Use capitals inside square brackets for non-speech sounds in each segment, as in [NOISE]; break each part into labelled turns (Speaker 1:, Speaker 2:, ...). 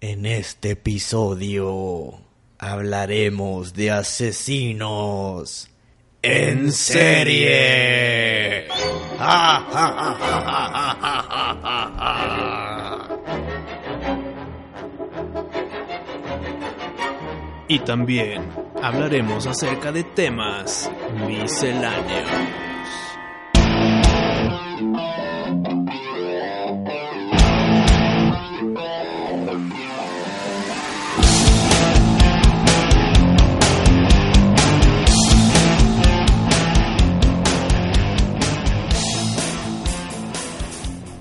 Speaker 1: En este episodio hablaremos de asesinos en serie. ¡Ja, ja, ja, ja, ja, ja, ja, ja, ja!
Speaker 2: Y también hablaremos acerca de temas misceláneos.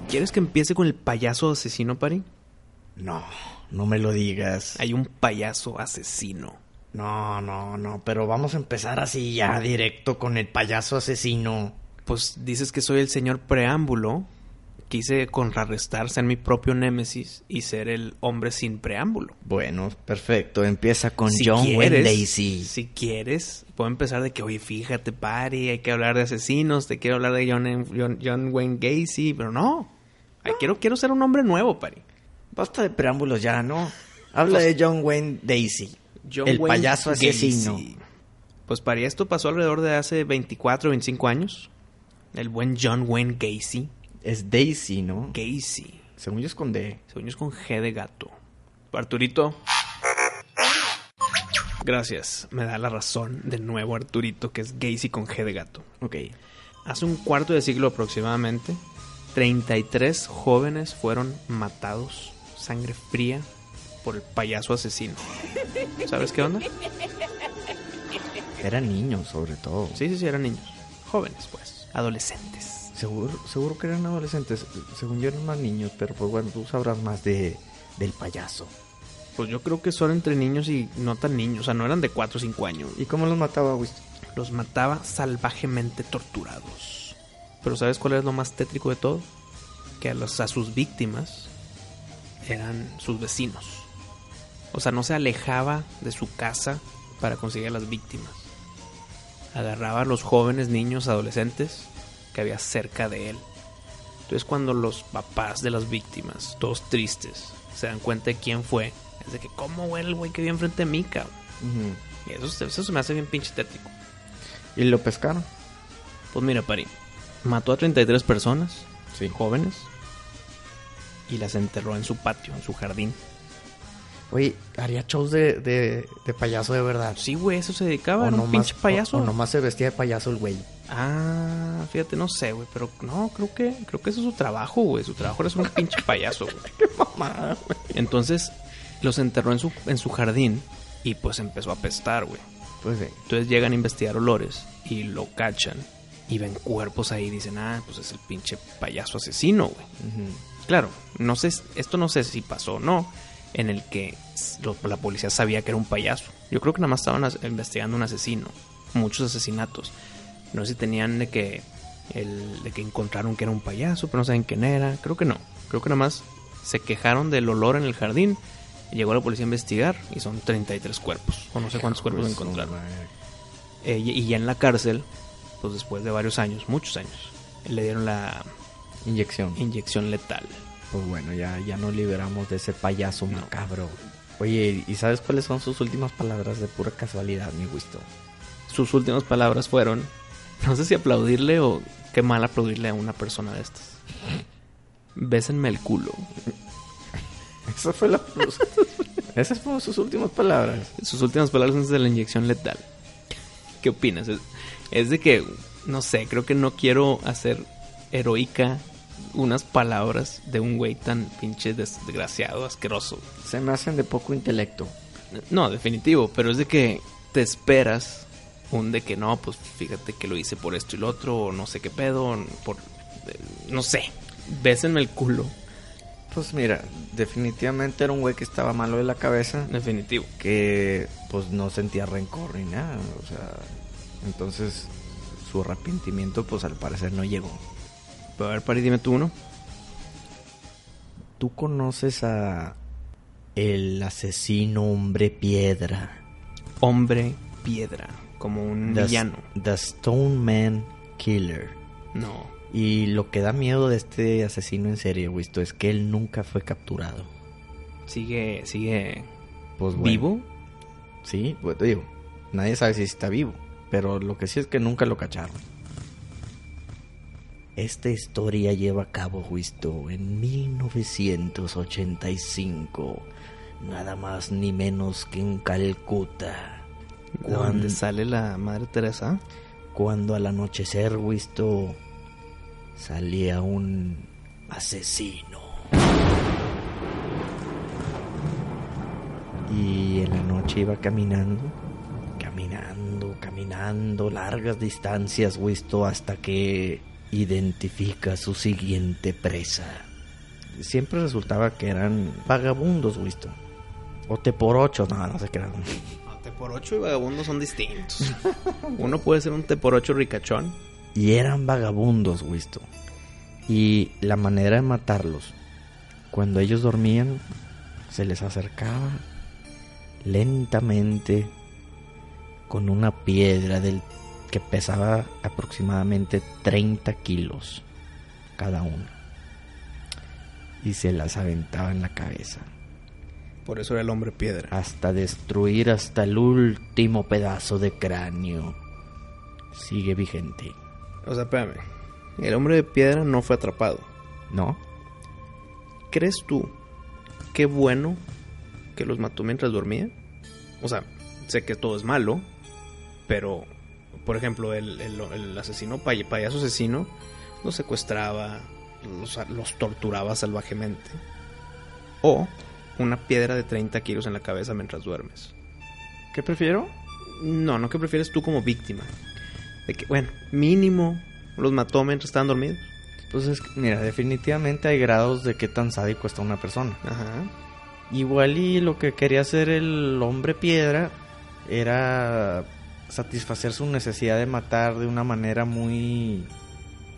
Speaker 2: ¿Quieres que empiece con el payaso asesino, Pari?
Speaker 1: No, no me lo digas.
Speaker 2: Hay un payaso asesino.
Speaker 1: No, no, no, pero vamos a empezar así ya directo con el payaso asesino.
Speaker 2: Pues dices que soy el señor preámbulo. Quise contrarrestar ser mi propio némesis y ser el hombre sin preámbulo.
Speaker 1: Bueno, perfecto. Empieza con
Speaker 2: Si
Speaker 1: John
Speaker 2: quieres-
Speaker 1: Wayne Gacy.
Speaker 2: Si quieres, puedo empezar de que, oye, fíjate, Pari, hay que hablar de asesinos, te quiero hablar de John, Em, John- John Wayne Gacy, pero no. Ay, Quiero, quiero ser un hombre nuevo, Pari.
Speaker 1: Basta de preámbulos ya, ¿no? Habla
Speaker 2: Pues
Speaker 1: de John Wayne Daisy.
Speaker 2: John
Speaker 1: el
Speaker 2: Wayne
Speaker 1: payaso
Speaker 2: Gacy.
Speaker 1: asesino.
Speaker 2: Pues para esto pasó alrededor de hace 24, 25 años. El buen John Wayne Gacy.
Speaker 1: Es Daisy, ¿no?
Speaker 2: Gacy.
Speaker 1: Según yo es con D.
Speaker 2: Según yo es con G de gato. Arturito. Gracias. Me da la razón de nuevo Arturito, que es Gacy con G de gato.
Speaker 1: Ok.
Speaker 2: Hace un cuarto de siglo aproximadamente, 33 jóvenes fueron matados, sangre fría, por el payaso asesino. ¿Sabes qué onda?
Speaker 1: Eran niños, sobre todo.
Speaker 2: Sí, sí, sí, eran niños. Jóvenes, pues. Adolescentes.
Speaker 1: Seguro, seguro que eran adolescentes. Según yo eran más niños, pero pues bueno, tú sabrás más de del payaso.
Speaker 2: Pues yo creo que son entre niños y no tan niños. O sea, no eran de 4 o 5 años.
Speaker 1: ¿Y cómo los mataba, Wisto?
Speaker 2: Los mataba salvajemente torturados. Pero ¿sabes cuál es lo más tétrico de todo? Que a, los- a sus víctimas eran sus vecinos. O sea, no se alejaba de su casa para conseguir a las víctimas. Agarraba a los jóvenes, niños, adolescentes que había cerca de él. Entonces cuando los papás de las víctimas, todos tristes, se dan cuenta de quién fue, es de que, ¿cómo güey, el güey que vive enfrente de mí, cabrón? Y eso, se- eso se me hace bien pinche tétrico.
Speaker 1: ¿Y lo pescaron?
Speaker 2: Pues mira, Pari, mató a 33 personas,
Speaker 1: Sí.
Speaker 2: jóvenes, y las enterró en su patio, en su jardín.
Speaker 1: Oye, haría shows de, de, de payaso de verdad.
Speaker 2: Sí, güey, eso se dedicaba, era un
Speaker 1: nomás-
Speaker 2: pinche payaso.
Speaker 1: O, o nomás se vestía de payaso el güey.
Speaker 2: Ah, fíjate, no sé, güey, pero no, creo que, creo que eso es su trabajo, güey. Su trabajo era ser un pinche payaso, [LAUGHS] güey.
Speaker 1: ¡Qué mamada, güey!
Speaker 2: Entonces, los enterró en su, en su jardín y pues empezó a apestar, güey.
Speaker 1: Pues sí.
Speaker 2: Entonces llegan a investigar olores y lo cachan y ven cuerpos ahí y dicen, ah, pues es el pinche payaso asesino, güey. Claro, no sé, esto no sé si pasó o no, en el que lo- la policía sabía que era un payaso. Yo creo que nada más estaban as- investigando un asesino, muchos asesinatos. No sé si tenían de que el, de que encontraron que era un payaso, pero no saben quién era. Creo que no. Creo que nada más se quejaron del olor en el jardín. Llegó la policía a investigar y son 33 cuerpos, o no sé cuántos cuerpos
Speaker 1: Pues,
Speaker 2: encontraron.
Speaker 1: hombre.
Speaker 2: Eh, y y ya en la cárcel, pues después de varios años, muchos años, le dieron la
Speaker 1: Inyección.
Speaker 2: inyección letal.
Speaker 1: Pues bueno, ya, ya nos liberamos de ese payaso macabro. Oye, ¿y sabes cuáles son sus últimas palabras de pura casualidad, mi gusto?
Speaker 2: sus últimas palabras fueron, no sé si aplaudirle o qué mal aplaudirle a una persona de estas. Bésenme el culo.
Speaker 1: Esa fue la... [LAUGHS] Esas fueron sus últimas palabras.
Speaker 2: Sus últimas palabras antes de la inyección letal. ¿Qué opinas? Es, es de que, no sé, creo que no quiero hacer heroica unas palabras de un güey tan pinche desgraciado, asqueroso.
Speaker 1: Se me hacen de poco intelecto.
Speaker 2: No, definitivo, pero es de que te esperas un de que no, pues fíjate que lo hice por esto y lo otro, o no sé qué pedo, o por. eh, No sé. Bésenme el culo,
Speaker 1: Pues mira, definitivamente era un güey que estaba malo de la cabeza.
Speaker 2: definitivo.
Speaker 1: Que pues no sentía rencor ni nada. O sea, entonces su arrepentimiento pues al parecer no llegó.
Speaker 2: Pero a ver, Pari, dime tú uno.
Speaker 1: ¿Tú conoces a... El asesino hombre piedra?
Speaker 2: Hombre piedra, como un
Speaker 1: The-
Speaker 2: villano.
Speaker 1: The Stone Man Killer.
Speaker 2: No.
Speaker 1: Y lo que da miedo de este asesino en serie, Wisto, es que él nunca fue capturado.
Speaker 2: Sigue, sigue
Speaker 1: Pues bueno,
Speaker 2: vivo.
Speaker 1: Sí, pues digo, nadie sabe si está vivo, pero lo que sí es que nunca lo cacharon. Esta historia lleva a cabo justo en 1985, nada más ni menos que en Calcuta.
Speaker 2: Donde
Speaker 1: Cuando,
Speaker 2: sale la madre Teresa.
Speaker 1: cuando al anochecer justo salía un asesino. Y en la noche iba caminando, caminando, caminando largas distancias, Wisto, hasta que identifica su siguiente presa. Siempre resultaba que eran vagabundos, Wisto. O te por ocho, no, no se crean.
Speaker 2: Te por ocho y vagabundo son distintos. [LAUGHS] Uno puede ser un te por ocho ricachón.
Speaker 1: Y eran vagabundos, Wisto. Y la manera de matarlos, cuando ellos dormían, se les acercaba lentamente con una piedra del, que pesaba aproximadamente 30 kilos cada una. Y se las aventaba en la cabeza.
Speaker 2: Por eso era el hombre piedra.
Speaker 1: Hasta destruir hasta el último pedazo de cráneo. Sigue vigente.
Speaker 2: O sea, espérame. El hombre de piedra no fue atrapado.
Speaker 1: ¿No?
Speaker 2: ¿Crees tú qué bueno que los mató mientras dormía? O sea, sé que todo es malo, pero, por ejemplo, el, el- el asesino, pay- payaso asesino, los secuestraba, los, los torturaba salvajemente. O una piedra de 30 kilos en la cabeza mientras duermes.
Speaker 1: ¿Qué prefiero?
Speaker 2: No, no que prefieres tú como víctima. De que, bueno, mínimo los mató mientras estaban dormidos.
Speaker 1: Pues es que, mira, definitivamente hay grados de qué tan sádico está una persona.
Speaker 2: Ajá.
Speaker 1: Igual y lo que quería hacer el hombre piedra era satisfacer su necesidad de matar de una manera muy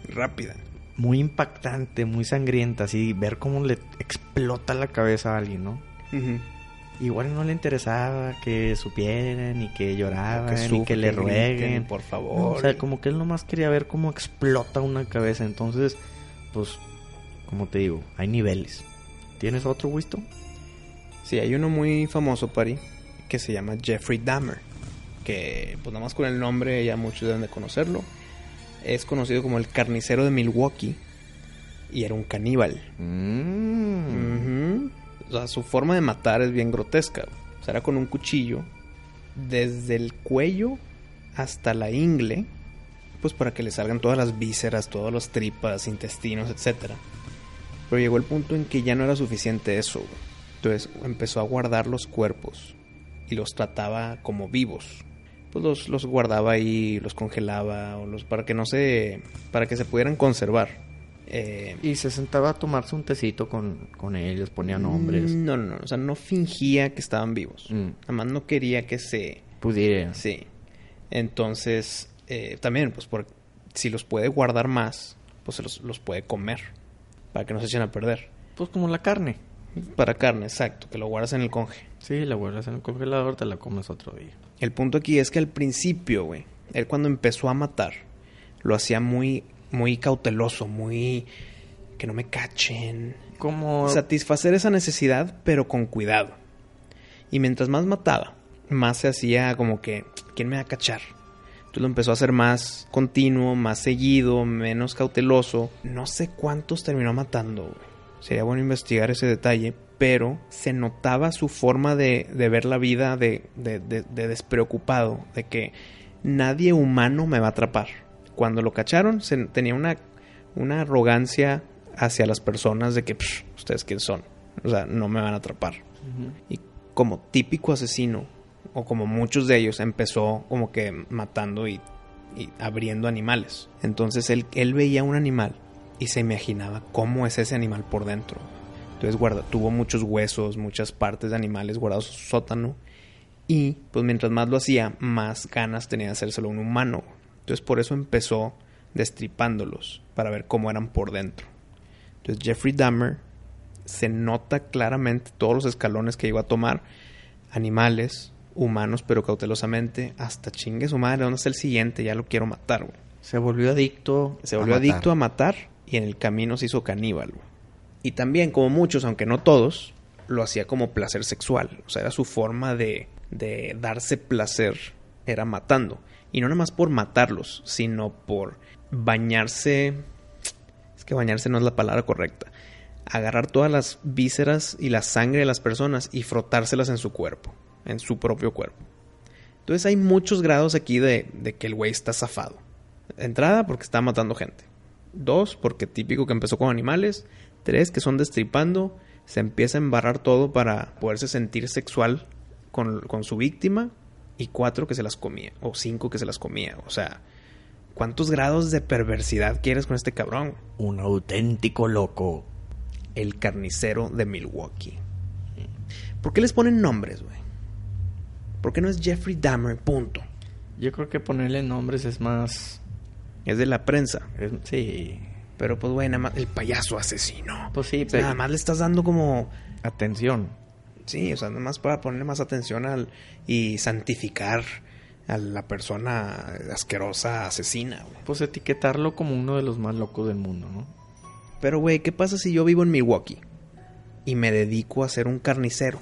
Speaker 2: Rápida.
Speaker 1: muy impactante, muy sangrienta, así ver cómo le explota la cabeza a alguien, ¿no? Igual no le interesaba que supieran y que lloraban
Speaker 2: que
Speaker 1: Ah, y que le rueguen.
Speaker 2: por
Speaker 1: No,
Speaker 2: favor.
Speaker 1: o sea, como que él nomás quería ver cómo explota una cabeza. Entonces, pues, como te digo, hay niveles. ¿Tienes otro, Wisto?
Speaker 2: Sí, hay uno muy famoso, Pari, que se llama Jeffrey Dahmer. Que, pues nada más con el nombre ya muchos deben de conocerlo. Es conocido como el carnicero de Milwaukee. Y era un caníbal. Mm. Ujú. O sea, su forma de matar es bien grotesca. O sea, era con un cuchillo desde el cuello hasta la ingle, pues para que le salgan todas las vísceras, todas las tripas, intestinos, etcétera. Pero llegó el punto en que ya no era suficiente eso. güey. Entonces empezó a guardar los cuerpos y los trataba como vivos. Pues los, los guardaba ahí, los congelaba o los para que no se para que se pudieran conservar. Eh,
Speaker 1: Y se sentaba a tomarse un tecito con, con él, les ponía
Speaker 2: Mm,
Speaker 1: nombres.
Speaker 2: No, no, no. O sea, no fingía que estaban vivos.
Speaker 1: Mm.
Speaker 2: Nada más no quería que se.
Speaker 1: Pudiera.
Speaker 2: Sí. Entonces, eh, también, pues, por, si los puede guardar más, pues se los, los puede comer. Para que no se echen a perder.
Speaker 1: Pues como la carne.
Speaker 2: Para carne, exacto. Que lo guardas en el conge.
Speaker 1: Sí, la guardas en el congelador, te la comes otro día.
Speaker 2: El punto aquí es que al principio, güey, él cuando empezó a matar, lo hacía muy, muy cauteloso, muy. Que no me cachen.
Speaker 1: Como...
Speaker 2: satisfacer esa necesidad, pero con cuidado. Y mientras más mataba, más se hacía como que, ¿quién me va a cachar? Entonces lo empezó a hacer más continuo, más seguido, menos cauteloso. No sé cuántos terminó matando, güey. Sería bueno investigar ese detalle, pero se notaba su forma de, de ver la vida de, de- de- de despreocupado, de que nadie humano me va a atrapar. Cuando lo cacharon, se, tenía una, una arrogancia hacia las personas de que, "Psh, ¿ustedes quién son? O sea, no me van a atrapar.
Speaker 1: Ujú.
Speaker 2: Y como típico asesino, o como muchos de ellos, empezó como que matando y, y abriendo animales. Entonces él, él veía un animal y se imaginaba cómo es ese animal por dentro. Entonces guarda, tuvo muchos huesos, muchas partes de animales guardados en su sótano. Y pues mientras más lo hacía, más ganas tenía de hacérselo a un humano. Entonces por eso empezó destripándolos para ver cómo eran por dentro. Entonces Jeffrey Dahmer se nota claramente todos los escalones que iba a tomar. Animales, humanos, pero cautelosamente. Hasta chingue su madre, ¿dónde está el siguiente? Ya lo quiero matar, güey.
Speaker 1: Se volvió adicto.
Speaker 2: Se volvió
Speaker 1: matar.
Speaker 2: adicto a matar y en el camino se hizo caníbal, güey. Y también, como muchos, aunque no todos, lo hacía como placer sexual. O sea, era su forma de, de darse placer, era matando. Y no nada más por matarlos, sino por bañarse. Es que bañarse no es la palabra correcta. Agarrar todas las vísceras y la sangre de las personas y frotárselas en su cuerpo, en su propio cuerpo. Entonces hay muchos grados aquí de, de que el güey está zafado. Entrada, porque está matando gente. Dos, porque típico que empezó con animales. Tres, que son destripando. Se empieza a embarrar todo para poderse sentir sexual con, con su víctima. Y cuatro, que se las comía. O cinco, que se las comía. O sea, ¿cuántos grados de perversidad quieres con este cabrón?
Speaker 1: Un auténtico loco.
Speaker 2: El carnicero de Milwaukee. ¿Por qué les ponen nombres, güey? ¿Por qué no es Jeffrey Dahmer? Punto.
Speaker 1: Yo creo que ponerle nombres es más.
Speaker 2: Es de la prensa.
Speaker 1: es- sí.
Speaker 2: Pero pues, güey, nada más. El payaso asesino.
Speaker 1: Pues sí,
Speaker 2: O sea,
Speaker 1: pero.
Speaker 2: nada más le estás dando como.
Speaker 1: Atención.
Speaker 2: Sí, o sea, nada más para ponerle más atención al. Y santificar a la persona asquerosa asesina, güey.
Speaker 1: Pues etiquetarlo como uno de los más locos del mundo, ¿no?
Speaker 2: Pero, güey, ¿qué pasa si yo vivo en Milwaukee? Y me dedico a ser un carnicero.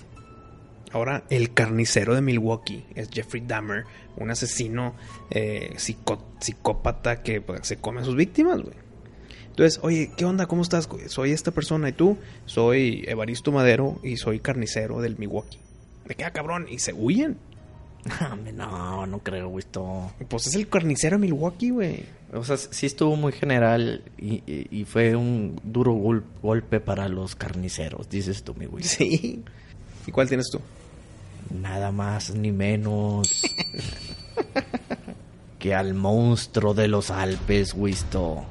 Speaker 2: Ahora, el carnicero de Milwaukee es Jeffrey Dahmer, un asesino eh, psicó- psicópata que pues, se come a sus víctimas, güey. Entonces, oye, ¿qué onda? ¿Cómo estás? Soy esta persona y tú, soy Evaristo Madero y soy carnicero del Milwaukee. Me queda cabrón y se huyen.
Speaker 1: [LAUGHS] Hombre, no, no creo, güey. esto-
Speaker 2: Pues es el carnicero de Milwaukee, güey.
Speaker 1: O sea, sí estuvo muy general y, y- y fue un duro gol- golpe para los carniceros, dices tú, mi güey.
Speaker 2: Sí. ¿Y cuál tienes tú?
Speaker 1: Nada más ni menos [LAUGHS] que al monstruo de los Alpes, Wisto.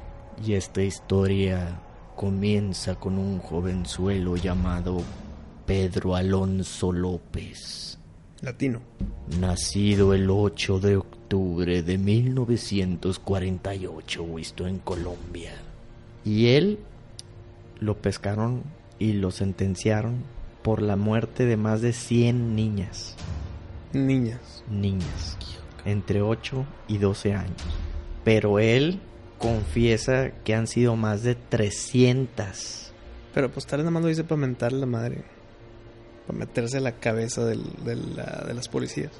Speaker 1: Y esta historia comienza con un jovenzuelo llamado Pedro Alonso López,
Speaker 2: Latino.
Speaker 1: nacido el 8 de octubre de 1948, Wisto, en Colombia. Y él lo pescaron y lo sentenciaron por la muerte de más de 100 niñas
Speaker 2: Niñas.
Speaker 1: niñas entre 8 y 12 años. Pero él confiesa que han sido más de 300.
Speaker 2: Pero pues tal vez nada más lo dice para mentarle la madre. Para meterse en la cabeza del- de, la- de las policías.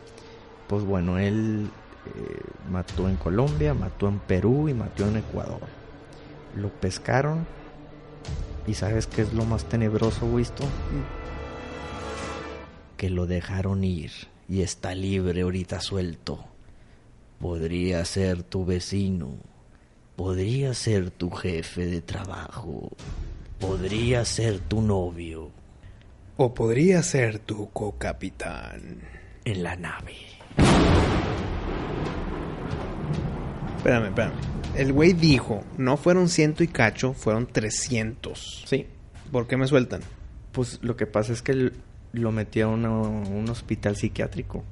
Speaker 1: Pues bueno, él eh, mató en Colombia, mató en Perú y mató en Ecuador. Lo pescaron. ¿Y sabes qué es lo más tenebroso, Wisto? Que lo dejaron ir y está libre ahorita suelto. Podría ser tu vecino. Podría ser tu jefe de trabajo. Podría ser tu novio
Speaker 2: O podría ser tu co-capitán.
Speaker 1: en la nave.
Speaker 2: Espérame, espérame. El güey dijo, no fueron ciento y cacho, fueron 300.
Speaker 1: Sí,
Speaker 2: ¿Por qué me sueltan?
Speaker 1: Pues lo que pasa es que l- lo metieron a un hospital psiquiátrico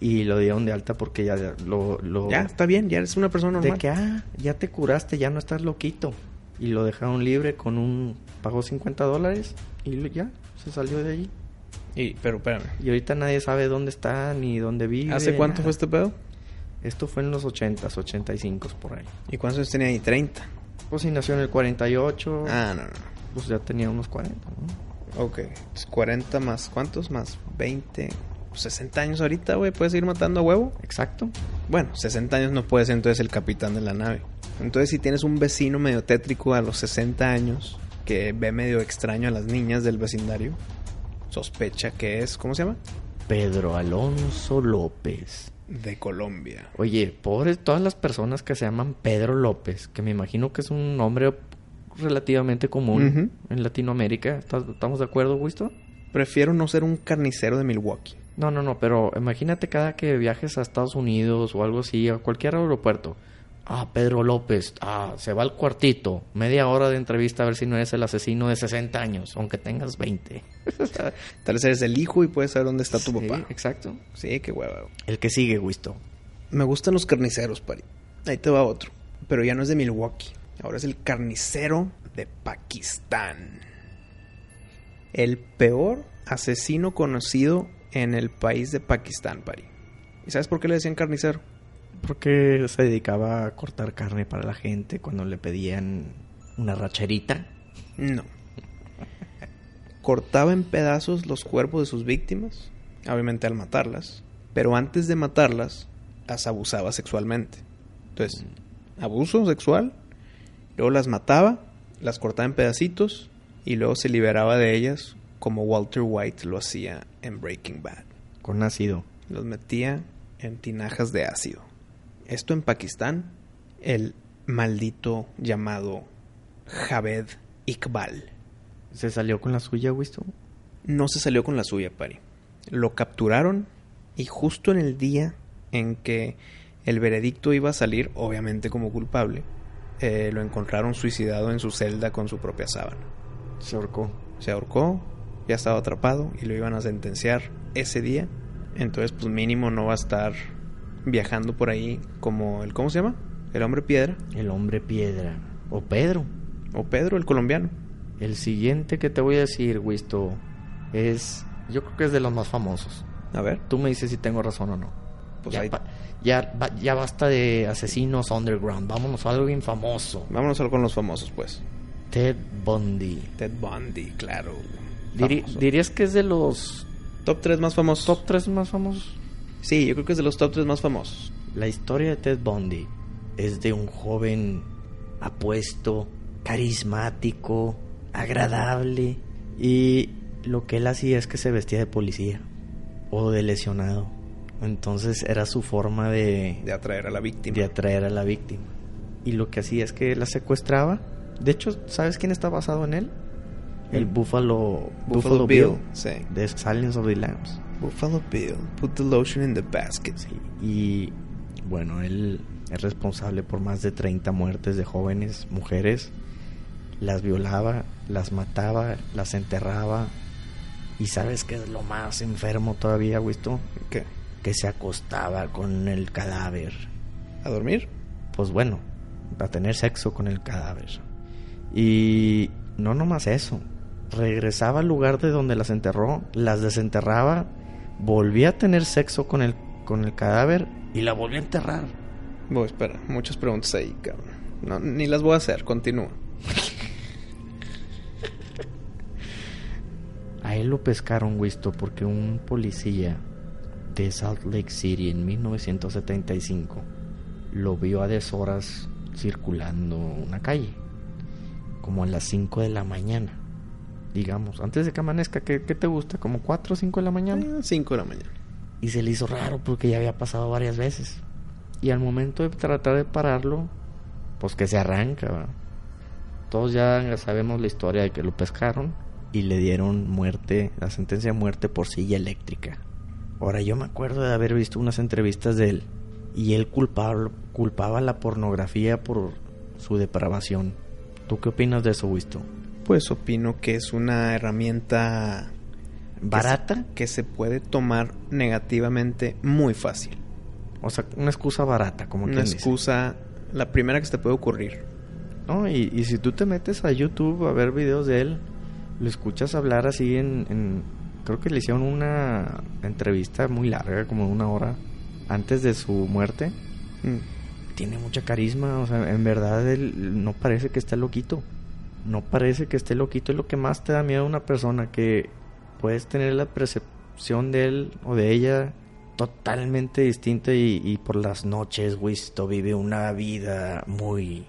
Speaker 1: y lo dieron de alta porque ya lo... lo
Speaker 2: Ya, está bien, ya eres una persona
Speaker 1: de
Speaker 2: normal.
Speaker 1: que, ah, ya te curaste, ya no estás loquito. Y lo dejaron libre con un... Pagó 50 dólares y lo- ya, se salió de allí.
Speaker 2: Y, pero espérame.
Speaker 1: Y ahorita nadie sabe dónde está ni dónde vive.
Speaker 2: ¿Hace cuánto
Speaker 1: nada.
Speaker 2: fue este pedo?
Speaker 1: Esto fue en los 80s, 85 por ahí.
Speaker 2: ¿Y cuántos años tenía ahí? 30.
Speaker 1: Pues si nació en el 48,
Speaker 2: Ah, no, no.
Speaker 1: pues ya tenía unos 40, ¿no?
Speaker 2: Ok. Entonces, 40 más, ¿cuántos más? 20. 60 años ahorita, güey. ¿Puedes ir matando a huevo?
Speaker 1: Exacto.
Speaker 2: Bueno, 60 años no puedes ser entonces el capitán de la nave. Entonces si tienes un vecino medio tétrico a los 60 años que ve medio extraño a las niñas del vecindario, sospecha que es, ¿cómo se llama?
Speaker 1: Pedro Alonso López.
Speaker 2: De Colombia.
Speaker 1: Oye, pobres todas las personas que se llaman Pedro López, que me imagino que es un nombre relativamente común
Speaker 2: Ujú.
Speaker 1: en Latinoamérica. ¿Estás- ¿Estamos de acuerdo, Wisto?
Speaker 2: Prefiero no ser un carnicero de Milwaukee.
Speaker 1: No, no, no, pero imagínate cada que viajes a Estados Unidos o algo así, a cualquier aeropuerto. Ah, Pedro López, ah, se va al cuartito, media hora de entrevista a ver si no eres el asesino de 60 años, aunque tengas 20.
Speaker 2: Tal vez eres el hijo y puedes saber dónde está tu
Speaker 1: Sí,
Speaker 2: papá.
Speaker 1: Exacto.
Speaker 2: Sí, qué hueva.
Speaker 1: El que sigue, Wisto.
Speaker 2: Me gustan los carniceros, Pari. Ahí te va otro. Pero ya no es de Milwaukee. Ahora es el carnicero de Pakistán. El peor asesino conocido en el país de Pakistán, Pari. ¿Y sabes por qué le decían carnicero?
Speaker 1: Porque se dedicaba a cortar carne para la gente cuando le pedían una racherita.
Speaker 2: No. cortaba en pedazos los cuerpos de sus víctimas, obviamente al matarlas, pero antes de matarlas las abusaba sexualmente. Entonces, abuso sexual, luego las mataba, las cortaba en pedacitos y luego se liberaba de ellas como Walter White lo hacía en Breaking Bad.
Speaker 1: Con ácido.
Speaker 2: Los metía en tinajas de ácido. Esto en Pakistán, el maldito llamado Javed Iqbal.
Speaker 1: ¿Se salió con la suya, Wisto?
Speaker 2: No se salió con la suya, Pari. Lo capturaron y justo en el día en que el veredicto iba a salir, obviamente como culpable, eh, lo encontraron suicidado en su celda con su propia sábana.
Speaker 1: Se ahorcó.
Speaker 2: Se ahorcó, ya estaba atrapado y lo iban a sentenciar ese día. Entonces, pues mínimo no va a estar viajando por ahí como el, ¿cómo se llama? El hombre piedra.
Speaker 1: El hombre piedra. O Pedro.
Speaker 2: O Pedro, el colombiano.
Speaker 1: El siguiente que te voy a decir, Wisto, es. Yo creo que es de los más famosos.
Speaker 2: A ver.
Speaker 1: Tú me dices si tengo razón o no.
Speaker 2: Pues
Speaker 1: ya,
Speaker 2: ahí-
Speaker 1: pa- ya, ba- ya basta de asesinos underground. Vámonos a algo bien famoso.
Speaker 2: Vámonos con los famosos, pues.
Speaker 1: Ted Bundy.
Speaker 2: Ted Bundy, claro.
Speaker 1: Diri-
Speaker 2: Famoso.
Speaker 1: ¿Dirías que es de los
Speaker 2: Top 3 más famosos.
Speaker 1: top 3 más famosos?
Speaker 2: Sí, yo creo que es de los top 3 más famosos.
Speaker 1: La historia de Ted Bundy es de un joven apuesto, carismático, agradable. Y lo que él hacía es que se vestía de policía o de lesionado. Entonces era su forma de,
Speaker 2: De atraer a la víctima.
Speaker 1: de atraer a la víctima. Y lo que hacía es que la secuestraba. De hecho, ¿sabes quién está basado en él? El
Speaker 2: Mm.
Speaker 1: Buffalo,
Speaker 2: Buffalo Bill. Sí.
Speaker 1: de Silence of the Lambs.
Speaker 2: Buffalo Bill. Put the lotion in the basket.
Speaker 1: Sí. Y bueno, él es responsable por más de 30 muertes de jóvenes, mujeres. Las violaba, las mataba, las enterraba. Y sabes que es lo más enfermo todavía, Wisto,
Speaker 2: ¿Qué?
Speaker 1: que se acostaba con el cadáver.
Speaker 2: ¿A dormir?
Speaker 1: pues bueno, a tener sexo con el cadáver. Y no nomás eso, regresaba al lugar de donde las enterró, las desenterraba, volvía a tener sexo con el, con el cadáver y la volvía a enterrar.
Speaker 2: Voy, espera. Muchas preguntas ahí, cabrón. No, ni las voy a hacer. Continúa.
Speaker 1: A él lo pescaron, Wisto, porque un policía de Salt Lake City en 1975 lo vio a deshoras circulando una calle, como a las 5 de la mañana, digamos, antes de que amanezca, ¿qué, qué te gusta? ¿Como 4 o 5 de la mañana?
Speaker 2: 5 Ah, de la mañana.
Speaker 1: Y se le hizo raro porque ya había pasado varias veces. Y al momento de tratar de pararlo, pues que se arranca. ¿va? Todos ya sabemos la historia de que lo pescaron y le dieron muerte, la sentencia de muerte por silla eléctrica. Ahora yo me acuerdo de haber visto unas entrevistas de él y él culpable, culpaba la pornografía por su depravación. ¿Tú qué opinas de eso, Wisto?
Speaker 2: Pues opino que es una herramienta
Speaker 1: ¿Barata?
Speaker 2: que se puede tomar negativamente muy fácil.
Speaker 1: O sea, una excusa barata, como
Speaker 2: Una
Speaker 1: quien dice.
Speaker 2: excusa, la primera que se te puede ocurrir.
Speaker 1: No, y, y si tú te metes a YouTube a ver videos de él, lo escuchas hablar así en, en- Creo que le hicieron una entrevista muy larga, como de una hora, antes de su muerte.
Speaker 2: Mm.
Speaker 1: Tiene mucha carisma, o sea, en verdad él no parece que esté loquito. No parece que esté loquito. Es lo que más te da miedo a una persona, que puedes tener la percepción de él o de ella totalmente distinta y, y por las noches, Wisto vive una vida muy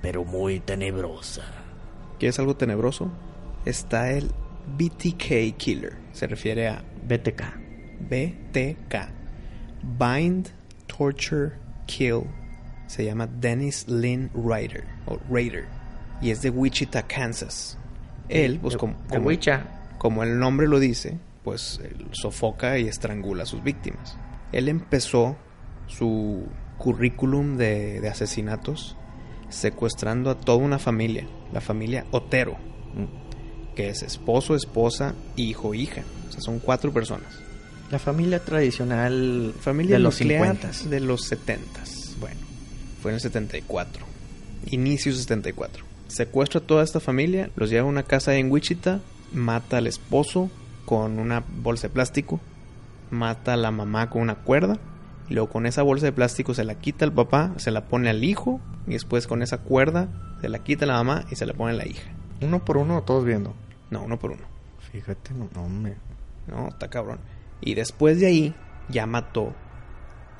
Speaker 1: pero muy tenebrosa.
Speaker 2: ¿Quieres algo tenebroso? Está el BTK Killer. Se refiere a
Speaker 1: BTK.
Speaker 2: BTK. Bind, Torture, Kill. Se llama Dennis Lynn Ryder. O Raider. Y es de Wichita, Kansas. Él, pues
Speaker 1: De-
Speaker 2: como,
Speaker 1: de
Speaker 2: como,
Speaker 1: Wicha.
Speaker 2: como el nombre lo dice, pues él sofoca y estrangula a sus víctimas. Él empezó su currículum de, de asesinatos secuestrando a toda una familia, la familia Otero, que es esposo, esposa, hijo, hija. O sea, son cuatro personas.
Speaker 1: La familia tradicional
Speaker 2: Familia
Speaker 1: de los
Speaker 2: nuclear
Speaker 1: 50.
Speaker 2: de los 70. Bueno, fue en el 74. Inicio 74. Secuestra a toda esta familia, los lleva a una casa en Wichita, mata al esposo con una bolsa de plástico, mata a la mamá con una cuerda, y luego con esa bolsa de plástico se la quita al papá, se la pone al hijo, y después con esa cuerda se la quita a la mamá y se la pone a la hija.
Speaker 1: Uno por uno, todos viendo.
Speaker 2: No, uno por uno.
Speaker 1: Fíjate, no, no, hombre.
Speaker 2: No, está cabrón. Y después de ahí ya mató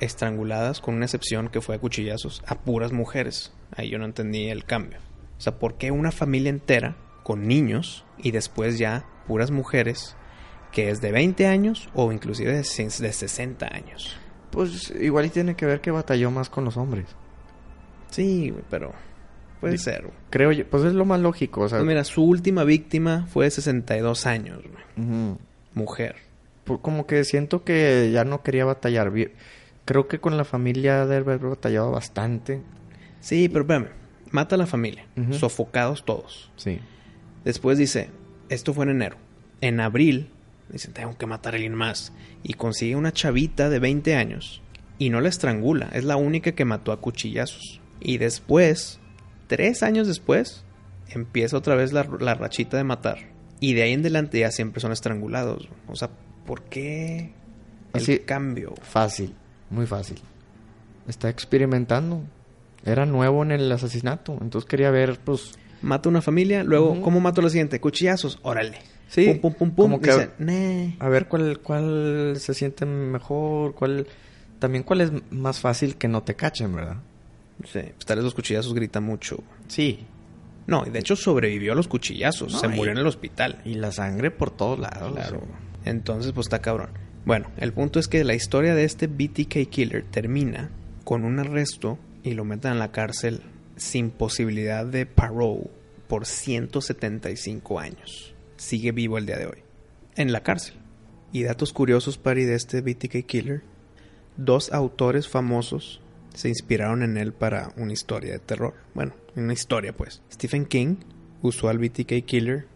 Speaker 2: estranguladas, con una excepción que fue a cuchillazos, a puras mujeres. Ahí yo no entendí el cambio. O sea, ¿por qué una familia entera con niños y después ya puras mujeres que es de 20 años o inclusive de se- de 60 años?
Speaker 1: Pues igual y tiene que ver que batalló más con los hombres.
Speaker 2: Sí, güey, pero puede
Speaker 1: Di-
Speaker 2: ser. güey.
Speaker 1: Creo yo, pues es lo más lógico, o sea.
Speaker 2: Pues mira, su última víctima fue de 62 años, güey,
Speaker 1: ujú.
Speaker 2: mujer.
Speaker 1: Pues como que siento que ya no quería batallar. Vi- Creo que con la familia de haber batallado bastante.
Speaker 2: Sí, pero espérame, mata a la familia,
Speaker 1: Ujú.
Speaker 2: sofocados todos.
Speaker 1: Sí.
Speaker 2: Después dice, esto fue en enero. En abril, dicen, tengo que matar a alguien más. Y consigue una chavita de 20 años y no la estrangula. Es la única que mató a cuchillazos. Y después, tres años después, empieza otra vez la, la rachita de matar. Y de ahí en adelante ya siempre son estrangulados. O sea, ¿por qué el
Speaker 1: Así-
Speaker 2: cambio?
Speaker 1: Fácil, muy fácil. Está experimentando. Era nuevo en el asesinato, entonces quería ver, pues.
Speaker 2: Mata una familia, luego,
Speaker 1: Ujú.
Speaker 2: ¿cómo mato a la siguiente? Cuchillazos, órale.
Speaker 1: Sí,
Speaker 2: Pum, pum, pum, pum.
Speaker 1: como que- Ah.
Speaker 2: Dicen, "Nah".
Speaker 1: A ver cuál, cuál se siente mejor, cuál. También cuál es más fácil que no te cachen, ¿verdad?
Speaker 2: Sí, pues tal vez los cuchillazos grita mucho.
Speaker 1: Sí.
Speaker 2: No, y de hecho sobrevivió a los cuchillazos.
Speaker 1: No,
Speaker 2: se
Speaker 1: y-
Speaker 2: murió en el hospital.
Speaker 1: Y la sangre por todos lados.
Speaker 2: Claro. Entonces, pues está cabrón. Bueno, el punto es que la historia de este BTK Killer termina con un arresto y lo meten en la cárcel sin posibilidad de parole por 175 años. Sigue vivo el día de hoy. En la cárcel. Y datos curiosos, Pari, de este BTK Killer. Dos autores famosos se inspiraron en él para una historia de terror. Bueno, una historia pues. Stephen King usó al BTK Killer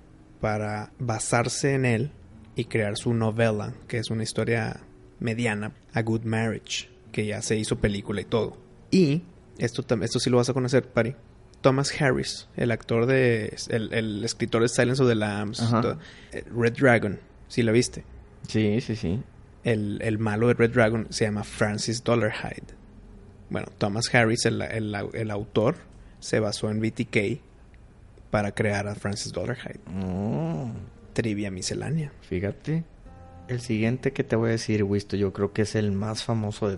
Speaker 2: para basarse en él y crear su novela, que es una historia mediana, A Good Marriage, que ya se hizo película y todo. Y esto, tam- esto sí lo vas a conocer, Pari. Thomas Harris, el actor de... el, el escritor de Silence of the Lambs,
Speaker 1: Ajá.
Speaker 2: to- eh, Red Dragon, si la viste.
Speaker 1: Sí, sí, sí.
Speaker 2: El, el malo de Red Dragon se llama Francis Dollarhide. Bueno, Thomas Harris, el, el- el autor, se basó en BTK para crear a Francis Dollarhide. Trivia miscelánea.
Speaker 1: Mm, Fíjate. El siguiente que te voy a decir, Wisto, yo creo que es el más famoso de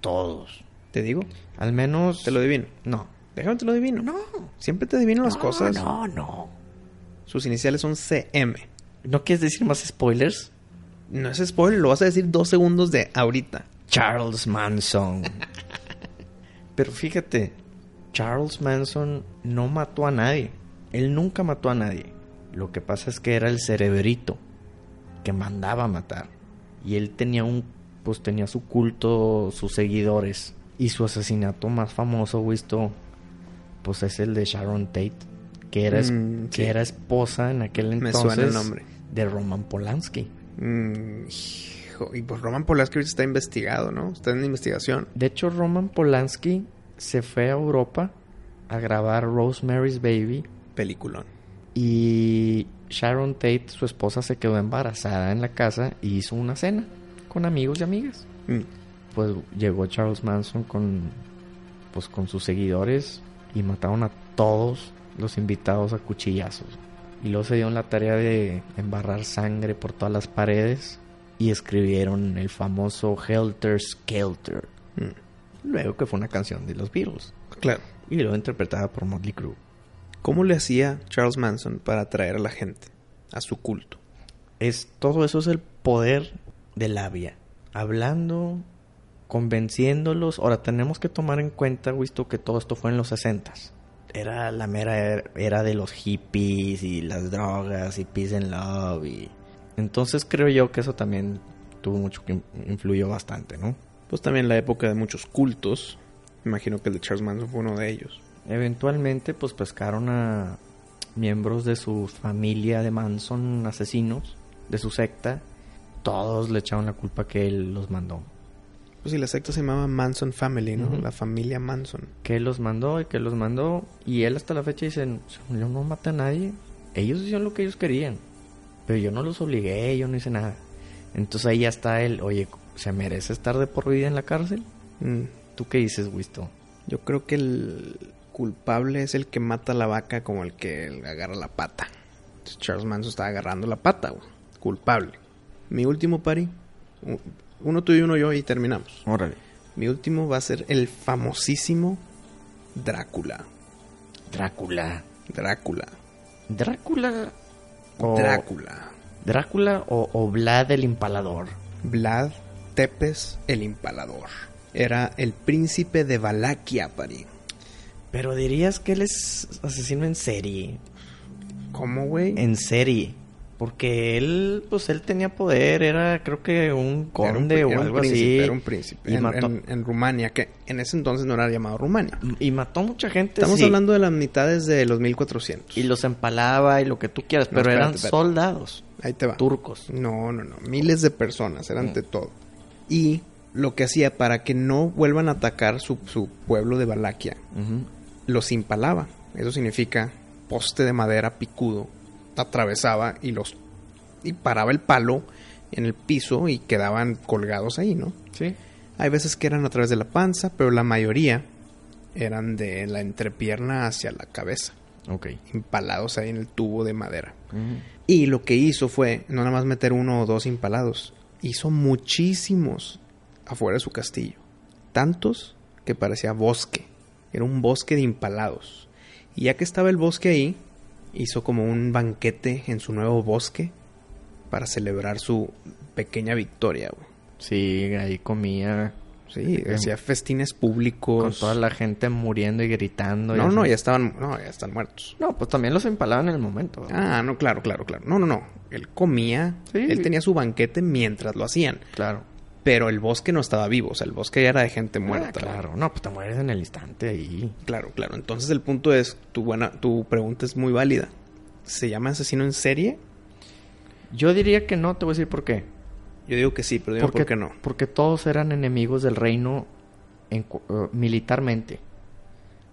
Speaker 1: todos.
Speaker 2: ¿Te digo?
Speaker 1: Al menos.
Speaker 2: Te lo adivino.
Speaker 1: No.
Speaker 2: Déjame te lo adivino.
Speaker 1: No.
Speaker 2: Siempre te adivino las
Speaker 1: No,
Speaker 2: cosas.
Speaker 1: No, no.
Speaker 2: Sus iniciales son CM.
Speaker 1: ¿No quieres decir más spoilers?
Speaker 2: No es spoiler, lo vas a decir dos segundos de ahorita.
Speaker 1: Charles
Speaker 2: [LAUGHS]
Speaker 1: Manson. Pero fíjate, Charles Manson no mató a nadie. Él nunca mató a nadie. Lo que pasa es que era el cerebrito que mandaba a matar. Y él tenía un pues tenía su culto, sus seguidores. Y su asesinato más famoso, visto, pues es el de Sharon Tate, que era, es-
Speaker 2: Mm,
Speaker 1: que
Speaker 2: sí.
Speaker 1: era esposa en aquel
Speaker 2: Me
Speaker 1: entonces
Speaker 2: suena el nombre.
Speaker 1: de Roman Polanski.
Speaker 2: Mm, hijo, y pues Roman Polanski ahorita está investigado, ¿no? Está en investigación.
Speaker 1: De hecho, Roman Polanski se fue a Europa a grabar Rosemary's Baby
Speaker 2: Peliculón.
Speaker 1: y Sharon Tate, su esposa, se quedó embarazada en la casa y hizo una cena con amigos y amigas.
Speaker 2: Mm.
Speaker 1: Pues llegó Charles Manson con, pues, con sus seguidores y mataron a todos los invitados a cuchillazos. Y luego se dieron la tarea de embarrar sangre por todas las paredes y escribieron el famoso Helter Skelter.
Speaker 2: Mm.
Speaker 1: Luego que fue una canción de los Beatles.
Speaker 2: Claro.
Speaker 1: Y luego interpretada por Motley Crue.
Speaker 2: ¿Cómo le hacía Charles Manson para atraer a la gente a su culto?
Speaker 1: Es, todo eso es el poder de la labia. Hablando, convenciéndolos. Ahora, tenemos que tomar en cuenta, visto que todo esto fue en los 60 Era la mera er- era de los hippies y las drogas y peace and love. Y... Entonces creo yo que eso también tuvo mucho que in- influyó bastante, ¿no?
Speaker 2: Pues también la época de muchos cultos. Imagino que el de Charles Manson fue uno de ellos.
Speaker 1: Eventualmente, pues pescaron a miembros de su familia de Manson, asesinos, de su secta. Todos le echaron la culpa que él los mandó.
Speaker 2: Pues sí, la secta se llamaba Manson Family, ¿no?
Speaker 1: Ujú.
Speaker 2: La familia Manson.
Speaker 1: Que él los mandó y que los mandó. Y él hasta la fecha dice, yo no maté a nadie. Ellos hicieron lo que ellos querían. Pero yo no los obligué, yo no hice nada. Entonces ahí ya está él, oye, ¿se merece estar de por vida en la cárcel?
Speaker 2: Mm.
Speaker 1: ¿Tú qué dices, Wisto?
Speaker 2: Yo creo que el culpable es el que mata a la vaca como el que le agarra la pata. Entonces, Charles Manson estaba agarrando la pata, güey. culpable. Mi último pari, u- uno tú y uno yo y terminamos.
Speaker 3: Órale.
Speaker 2: Mi último va a ser el famosísimo Drácula.
Speaker 1: Drácula.
Speaker 2: Drácula.
Speaker 1: Drácula. O
Speaker 2: Drácula.
Speaker 1: Drácula o, o Vlad el Impalador.
Speaker 2: Vlad Tepes el Impalador. Era el príncipe de Valaquia, pari.
Speaker 1: Pero dirías que él es asesino en serie.
Speaker 2: ¿Cómo, güey?
Speaker 1: En serie. Porque él, pues él tenía poder, era creo que un
Speaker 2: Era un
Speaker 1: conde
Speaker 2: pri-
Speaker 1: o
Speaker 2: era un
Speaker 1: algo
Speaker 2: príncipe,
Speaker 1: así.
Speaker 2: Era un príncipe.
Speaker 1: Y
Speaker 2: en,
Speaker 1: mató-
Speaker 2: en- en Rumania, que en ese entonces no era llamado Rumania.
Speaker 1: Y mató mucha gente.
Speaker 2: Estamos
Speaker 1: sí.
Speaker 2: hablando de las mitades de los 1400.
Speaker 1: Y los empalaba y lo que tú quieras,
Speaker 2: No,
Speaker 1: pero
Speaker 2: espérate,
Speaker 1: eran
Speaker 2: espérate.
Speaker 1: soldados
Speaker 2: Ahí te va.
Speaker 1: turcos.
Speaker 2: No, no, no. Miles de personas, era
Speaker 1: Mm.
Speaker 2: ante todo. Y lo que hacía para que no vuelvan a atacar su, su pueblo de Valaquia, los impalaba. Eso significa poste de madera picudo. Atravesaba y los. y paraba el palo en el piso y quedaban colgados ahí, ¿no?
Speaker 3: Sí.
Speaker 2: Hay veces que eran a través de la panza, pero la mayoría eran de la entrepierna hacia la cabeza,
Speaker 1: Ok.
Speaker 2: impalados ahí en el tubo de madera. Y lo que hizo fue no nada más meter uno o dos impalados, hizo muchísimos afuera de su castillo. Tantos que parecía bosque. Era un bosque de impalados. Y ya que estaba el bosque ahí, hizo como un banquete en su nuevo bosque para celebrar su pequeña victoria. güey.
Speaker 1: Sí, ahí comía eh,
Speaker 2: Sí, hacía festines públicos.
Speaker 1: con toda la gente muriendo y gritando. y
Speaker 2: No,
Speaker 1: así.
Speaker 2: no, ya estaban, no, ya están muertos.
Speaker 1: No, pues también los empalaban en el momento.
Speaker 2: Ah, no, claro, claro, claro. No, no, no. Él comía,
Speaker 1: Sí.
Speaker 2: él tenía su banquete mientras lo hacían.
Speaker 1: claro.
Speaker 2: Pero el bosque no estaba vivo, o sea, el bosque ya era de gente muerta.
Speaker 1: Ah, claro. No, pues te mueres en el instante ahí.
Speaker 2: Claro, claro. Entonces el punto es, tu buena, tu pregunta es muy válida. ¿Se llama asesino en serie?
Speaker 1: Yo diría que no, te voy a decir por qué.
Speaker 2: Yo digo que sí, pero digo por qué no.
Speaker 1: Porque todos eran enemigos del reino en cu- eh, militarmente.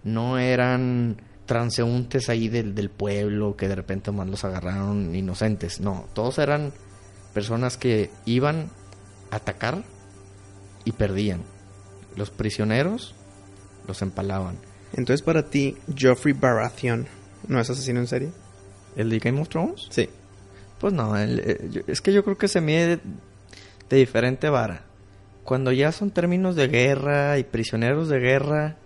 Speaker 1: No eran transeúntes ahí del, del pueblo que de repente más los agarraron inocentes. No, todos eran personas que iban a atacar y perdían. Los prisioneros los empalaban.
Speaker 2: Entonces para ti, Geoffrey Baratheon no es asesino en serie?
Speaker 1: ¿El de Game of Thrones?
Speaker 2: Sí.
Speaker 1: Pues no, el- eh, yo- es que yo creo que se mide de, de diferente vara. Cuando ya son términos de guerra y prisioneros de guerra,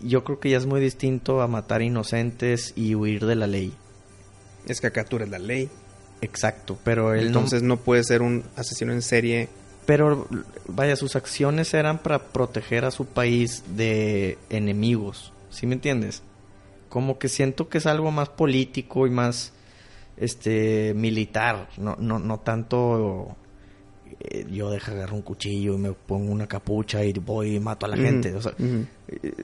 Speaker 1: yo creo que ya es muy distinto a matar inocentes y huir de la ley.
Speaker 2: Es que acá tú eres la ley.
Speaker 1: Exacto, pero él
Speaker 2: Entonces no puede ser un asesino en serie
Speaker 1: no... Pero vaya, sus acciones eran para proteger a su país de enemigos, ¿sí me entiendes? Como que siento que es algo más político y más este militar, no, no, no tanto eh, yo dejo agarrar un cuchillo y me pongo una capucha y voy y mato a la gente. O sea,
Speaker 2: Mm. Ujú.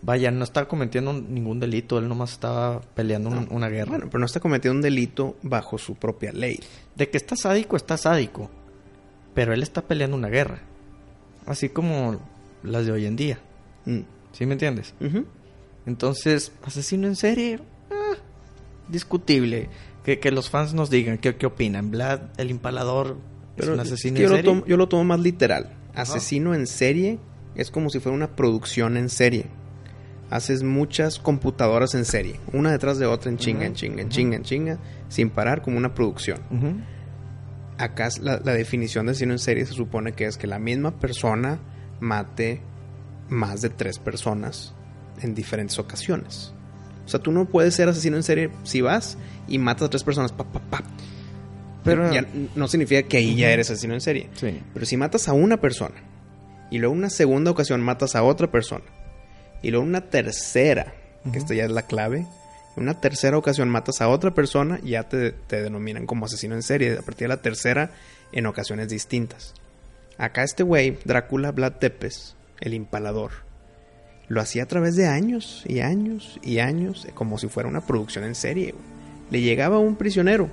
Speaker 1: vaya, no estaba cometiendo un- ningún delito, él nomás estaba peleando un- una guerra.
Speaker 2: Bueno, pero no está cometiendo un delito bajo su propia ley.
Speaker 1: De que está sádico, está sádico. Pero él está peleando una guerra. Así como las de hoy en día.
Speaker 2: Mm.
Speaker 1: ¿Sí me entiendes?
Speaker 2: Ujú.
Speaker 1: Entonces, asesino en serie, ah, discutible. Que, que los fans nos digan qué, qué opinan. Vlad, el impalador,
Speaker 2: Pero
Speaker 1: es un asesino
Speaker 2: es que yo,
Speaker 1: en
Speaker 2: lo
Speaker 1: serie.
Speaker 2: tomo, yo lo tomo más literal. Asesino en serie es como si fuera una producción en serie. Haces muchas computadoras en serie, una detrás de otra en chinga, en chinga, en chinga, en chinga, sin parar como una producción.
Speaker 1: Ujú.
Speaker 2: Acá es la, la definición de asesino en serie se supone que es que la misma persona mate más de tres personas en diferentes ocasiones. O sea, tú no puedes ser asesino en serie si vas y matas a tres personas, pa, pa, pa.
Speaker 1: Pero-
Speaker 2: Ya no significa que ahí ya eres asesino en serie.
Speaker 1: Sí.
Speaker 2: Pero si matas a una persona y luego una segunda ocasión matas a otra persona y luego una tercera, que esta ya es la clave, en una tercera ocasión matas a otra persona, ya te, te denominan como asesino en serie. A partir de la tercera, en ocasiones distintas. Acá este güey, Drácula Vlad Tepes, el impalador, lo hacía a través de años y años y años, como si fuera una producción en serie. güey. Le llegaba un prisionero,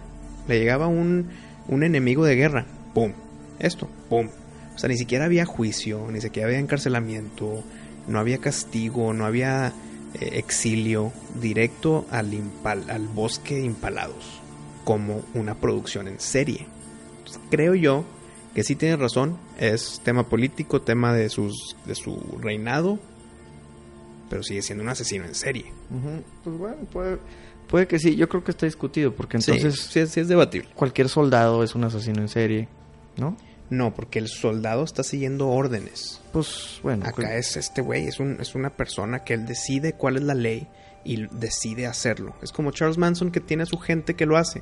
Speaker 2: le llegaba un, un enemigo de guerra, ¡pum! Esto, ¡pum! O sea, ni siquiera había juicio, ni siquiera había encarcelamiento, no había castigo, no había eh, exilio, directo al, impal- al bosque de impalados, como una producción en serie. Entonces, creo yo que sí tienes razón, es tema político, tema de, sus, de su reinado, pero sigue siendo un asesino en serie.
Speaker 1: Ujú. Pues bueno, puede, Puede que sí, yo creo que está discutido, porque
Speaker 2: Sí,
Speaker 1: entonces
Speaker 2: sí es- sí es debatible.
Speaker 1: cualquier soldado es un asesino en serie, ¿no?
Speaker 2: No, porque el soldado está siguiendo órdenes.
Speaker 1: Pues bueno,
Speaker 2: Acá
Speaker 1: creo-
Speaker 2: es este güey, es, un, es una persona que él decide cuál es la ley y decide hacerlo. Es como Charles Manson que tiene a su gente que lo hace.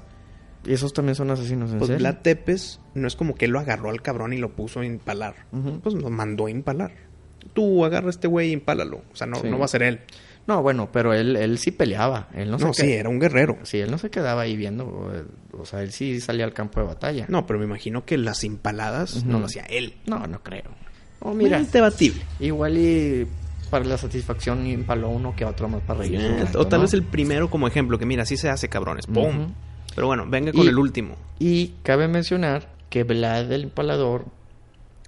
Speaker 1: y esos también son asesinos en
Speaker 2: Pues
Speaker 1: serie.
Speaker 2: Vlad Tepes no es como que él lo agarró al cabrón y lo puso a impalar.
Speaker 1: Ujú.
Speaker 2: Pues lo mandó a impalar. Tú agarra a este güey y impálalo. O sea, no,
Speaker 1: Sí.
Speaker 2: no va a ser él.
Speaker 1: No, bueno, pero él, él sí peleaba, él no,
Speaker 2: No,
Speaker 1: se
Speaker 2: sí,
Speaker 1: qued-
Speaker 2: era un guerrero.
Speaker 1: sí, él no se quedaba ahí viendo, o o sea, él sí salía al campo de batalla.
Speaker 2: No, pero me imagino que las impaladas
Speaker 1: Ujú.
Speaker 2: no las hacía él.
Speaker 1: no, no creo. Oh, mira,
Speaker 2: Es debatible.
Speaker 1: igual y para la satisfacción empaló uno que otro más para reírse. un rato,
Speaker 2: Ah, o tal
Speaker 1: ¿no?
Speaker 2: vez el primero como ejemplo, que mira, así se hace cabrones. ¡Pum!
Speaker 1: Ujú.
Speaker 2: Pero bueno, venga con
Speaker 1: Y-
Speaker 2: el último.
Speaker 1: Y cabe mencionar que Vlad el Impalador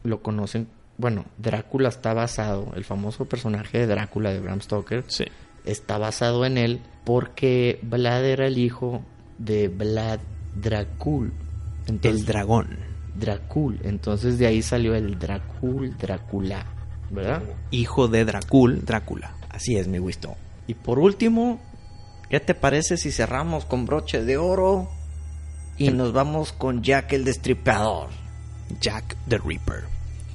Speaker 1: lo conocen. Bueno, Drácula está basado, el famoso personaje de Drácula de Bram Stoker
Speaker 2: Sí.
Speaker 1: está basado en él porque Vlad era el hijo de Vlad Dracul.
Speaker 2: El
Speaker 1: Entonces,
Speaker 2: dragón.
Speaker 1: Dracul. Entonces de ahí salió el Dracul, Drácula, ¿verdad?
Speaker 2: Hijo de Dracul, Drácula.
Speaker 1: Así es, mi Wisto. Y por último, ¿qué te parece si cerramos con broche de oro y nos vamos con Jack el Destripador?
Speaker 2: Jack the Reaper.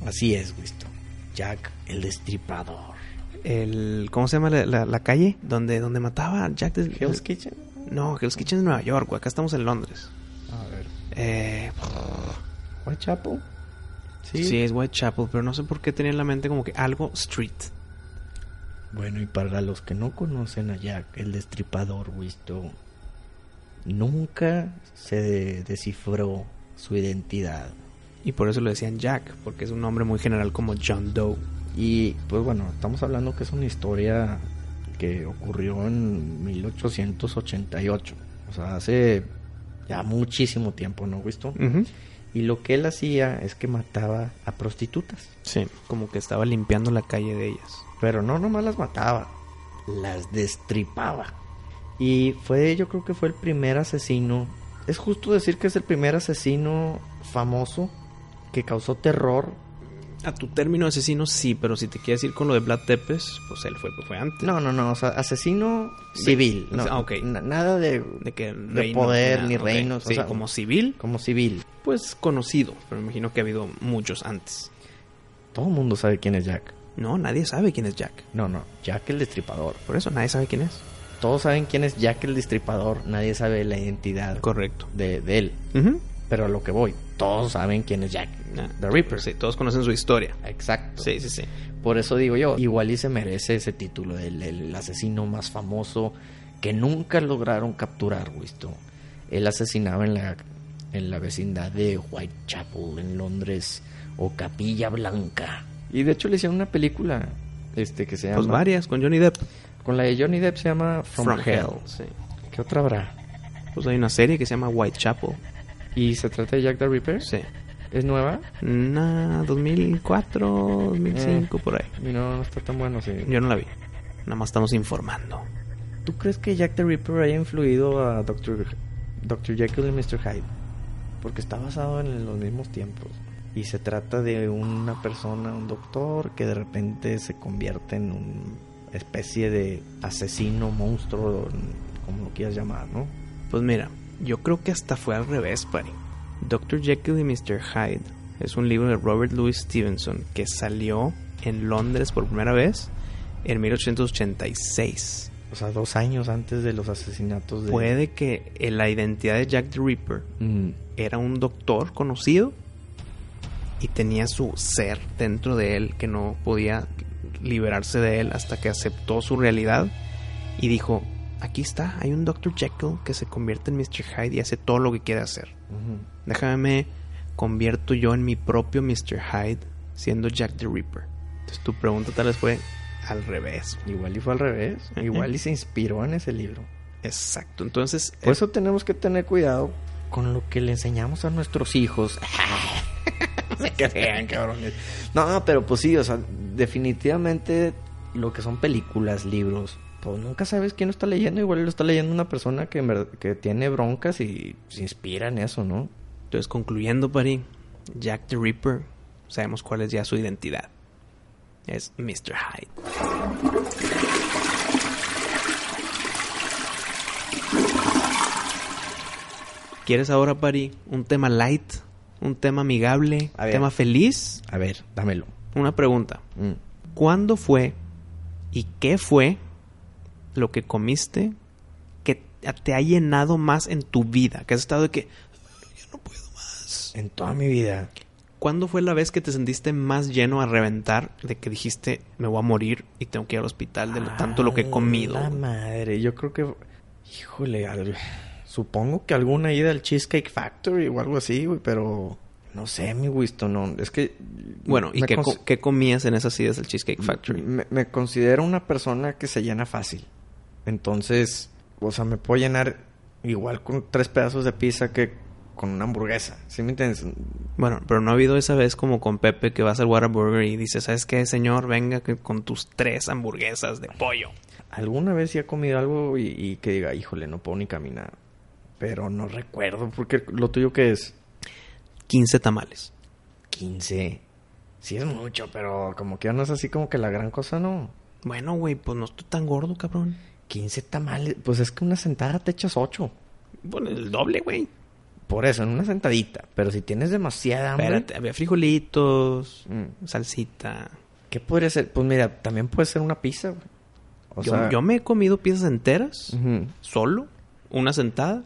Speaker 1: Así es, Wisto. Jack el Destripador.
Speaker 2: El, ¿Cómo se llama la, la- la calle? Donde, donde mataba a Jack the
Speaker 1: ¿Hell's Kitchen?
Speaker 2: No, Hell's Kitchen es Nueva York, güey. Acá estamos en Londres.
Speaker 1: A ver.
Speaker 2: Eh,
Speaker 1: ¿Whitechapel?
Speaker 2: ¿Sí? es Whitechapel, pero no sé por qué tenía en la mente como que algo street.
Speaker 1: Bueno, y para los que no conocen a Jack el Destripador, Wisto, nunca se de- descifró su identidad.
Speaker 2: Y por eso le decían Jack, porque es un nombre muy general como John Doe.
Speaker 1: Y pues bueno, estamos hablando que es una historia que ocurrió en 1888. O sea, hace ya muchísimo tiempo, ¿no, Wisto? Y lo que él hacía es que mataba a prostitutas.
Speaker 2: Sí, como que estaba limpiando la calle de ellas.
Speaker 1: Pero no nomás las mataba, las destripaba. Y fue, yo creo que fue el primer asesino. Es justo decir que es el primer asesino famoso que causó terror.
Speaker 2: A tu término asesino sí, pero si te quieres ir con lo de Vlad Tepes, pues él fue, fue antes.
Speaker 1: No, no, no, o sea, asesino civil. No,
Speaker 2: Ah, ok.
Speaker 1: na- nada de,
Speaker 2: De que
Speaker 1: poder ni
Speaker 2: ok.
Speaker 1: reinos, o
Speaker 2: Sí,
Speaker 1: sea-
Speaker 2: como civil,
Speaker 1: como civil.
Speaker 2: pues conocido, pero me imagino que ha habido muchos antes.
Speaker 1: Todo el mundo sabe quién es Jack.
Speaker 2: No, nadie sabe quién es Jack.
Speaker 1: No, no, Jack el Destripador.
Speaker 2: Por eso nadie sabe quién es.
Speaker 1: Todos saben quién es Jack el Destripador, nadie sabe la identidad
Speaker 2: Correcto.
Speaker 1: de, de él.
Speaker 2: Ujú.
Speaker 1: Pero a lo que voy, todos saben quién es Jack.
Speaker 2: Ah,
Speaker 1: The Reaper.
Speaker 2: Sí, todos conocen su historia.
Speaker 1: Exacto.
Speaker 2: Sí, sí, sí.
Speaker 1: Por eso digo yo, igual y se merece ese título, el, el asesino más famoso que nunca lograron capturar, Wisto. Él asesinaba en la, en la vecindad de Whitechapel, en Londres, o Capilla Blanca. Y de hecho le hicieron una película este, que se llama...
Speaker 2: Pues varias, con Johnny Depp.
Speaker 1: Con la de Johnny Depp se llama From, Hell.
Speaker 2: Sí.
Speaker 1: ¿Qué otra habrá?
Speaker 2: Pues hay una serie que se llama Whitechapel.
Speaker 1: ¿Y se trata de Jack the Ripper?
Speaker 2: Sí.
Speaker 1: ¿Es nueva?
Speaker 2: Nah, 2004,
Speaker 1: Eh.
Speaker 2: 2005, por ahí.
Speaker 1: Y No, no está tan bueno, sí.
Speaker 2: Yo no la vi. Nada más estamos informando.
Speaker 1: ¿Tú crees que Jack the Ripper haya influido a Dr. H- Dr. Jekyll y Mr. Hyde? Porque está basado en los mismos tiempos. Y se trata de una persona, un doctor, que de repente se convierte en una especie de asesino, monstruo, como lo quieras llamar, ¿no?
Speaker 2: Pues mira, yo creo que hasta fue al revés, Pari. Dr. Jekyll y Mr. Hyde es un libro de Robert Louis Stevenson que salió en Londres por primera vez en 1886.
Speaker 1: O sea, dos años antes de los asesinatos de...
Speaker 2: Puede que eh, la identidad de Jack the Ripper
Speaker 1: Mm,
Speaker 2: era un doctor conocido y tenía su ser dentro de él que no podía liberarse de él hasta que aceptó su realidad y dijo, aquí está, hay un Dr. Jekyll que se convierte en Mr. Hyde y hace todo lo que quiere hacer.
Speaker 1: ujú.
Speaker 2: Déjame me convierto yo en mi propio Mr. Hyde siendo Jack the Ripper. Entonces tu pregunta tal vez fue al revés.
Speaker 1: Igual y fue al revés.
Speaker 2: Ujú.
Speaker 1: Igual y se inspiró en ese libro.
Speaker 2: Exacto, entonces...
Speaker 1: Por eso tenemos que tener cuidado con lo que le enseñamos a nuestros hijos. [LAUGHS] Se crean, cabrones. No, pero pues sí, o sea, definitivamente lo que son películas, libros, pues nunca sabes quién lo está leyendo. Igual lo está leyendo una persona que, en verdad- que tiene broncas y se inspira en eso, ¿no?
Speaker 2: Entonces, concluyendo, Pari, Jack the Ripper, sabemos cuál es ya su identidad. Es Mr. Hyde. ¿Quieres ahora, Pari, un tema light? ¿Un tema amigable?
Speaker 1: A
Speaker 2: ¿Un
Speaker 1: ver.
Speaker 2: tema feliz?
Speaker 1: A ver, dámelo.
Speaker 2: Una pregunta.
Speaker 1: Mm.
Speaker 2: ¿Cuándo fue y qué fue lo que comiste que te ha llenado más en tu vida? Que has estado de que... "Ya no puedo más".
Speaker 1: En toda mi vida.
Speaker 2: ¿Cuándo fue la vez que te sentiste más lleno a reventar de que dijiste me voy a morir y tengo que ir al hospital de lo tanto lo que he
Speaker 1: Ah,
Speaker 2: comido?
Speaker 1: La
Speaker 2: güey"?
Speaker 1: madre, yo creo que. Híjole, al- supongo que alguna ida al Cheesecake Factory o algo así, güey, pero. No sé, mi Winston, no. Es que.
Speaker 2: Bueno, ¿y
Speaker 1: me
Speaker 2: qué,
Speaker 1: cons- Mm,
Speaker 2: co- qué comías en esas ideas del Cheesecake Factory?
Speaker 1: Me, me considero una persona que se llena fácil. Entonces, o sea, me puedo llenar igual con tres pedazos de pizza que con una hamburguesa. ¿Sí me entiendes?
Speaker 2: Bueno, pero no ha habido esa vez como con Pepe que vas al Whataburger y dices, ¿sabes qué, señor? Venga que- con tus tres hamburguesas de pollo.
Speaker 1: Alguna vez sí he comido algo y, y que diga, híjole, no puedo ni caminar. Pero no recuerdo, porque lo tuyo que es.
Speaker 2: 15 tamales.
Speaker 1: 15. Sí es mucho, pero como que ya no es así como que la gran cosa, ¿no?
Speaker 2: Bueno, güey, pues no estoy tan gordo, cabrón.
Speaker 1: 15 tamales, pues es que una sentada te echas 8.
Speaker 2: Bueno, el doble, güey.
Speaker 1: Por eso, en una sentadita. Pero si tienes demasiada hambre,
Speaker 2: Espérate, había frijolitos,
Speaker 1: Mm.
Speaker 2: salsita.
Speaker 1: ¿qué podría ser? Pues mira, también puede ser una pizza, güey. O
Speaker 2: yo,
Speaker 1: sea,
Speaker 2: yo me he comido piezas enteras,
Speaker 1: ujú.
Speaker 2: solo, una sentada,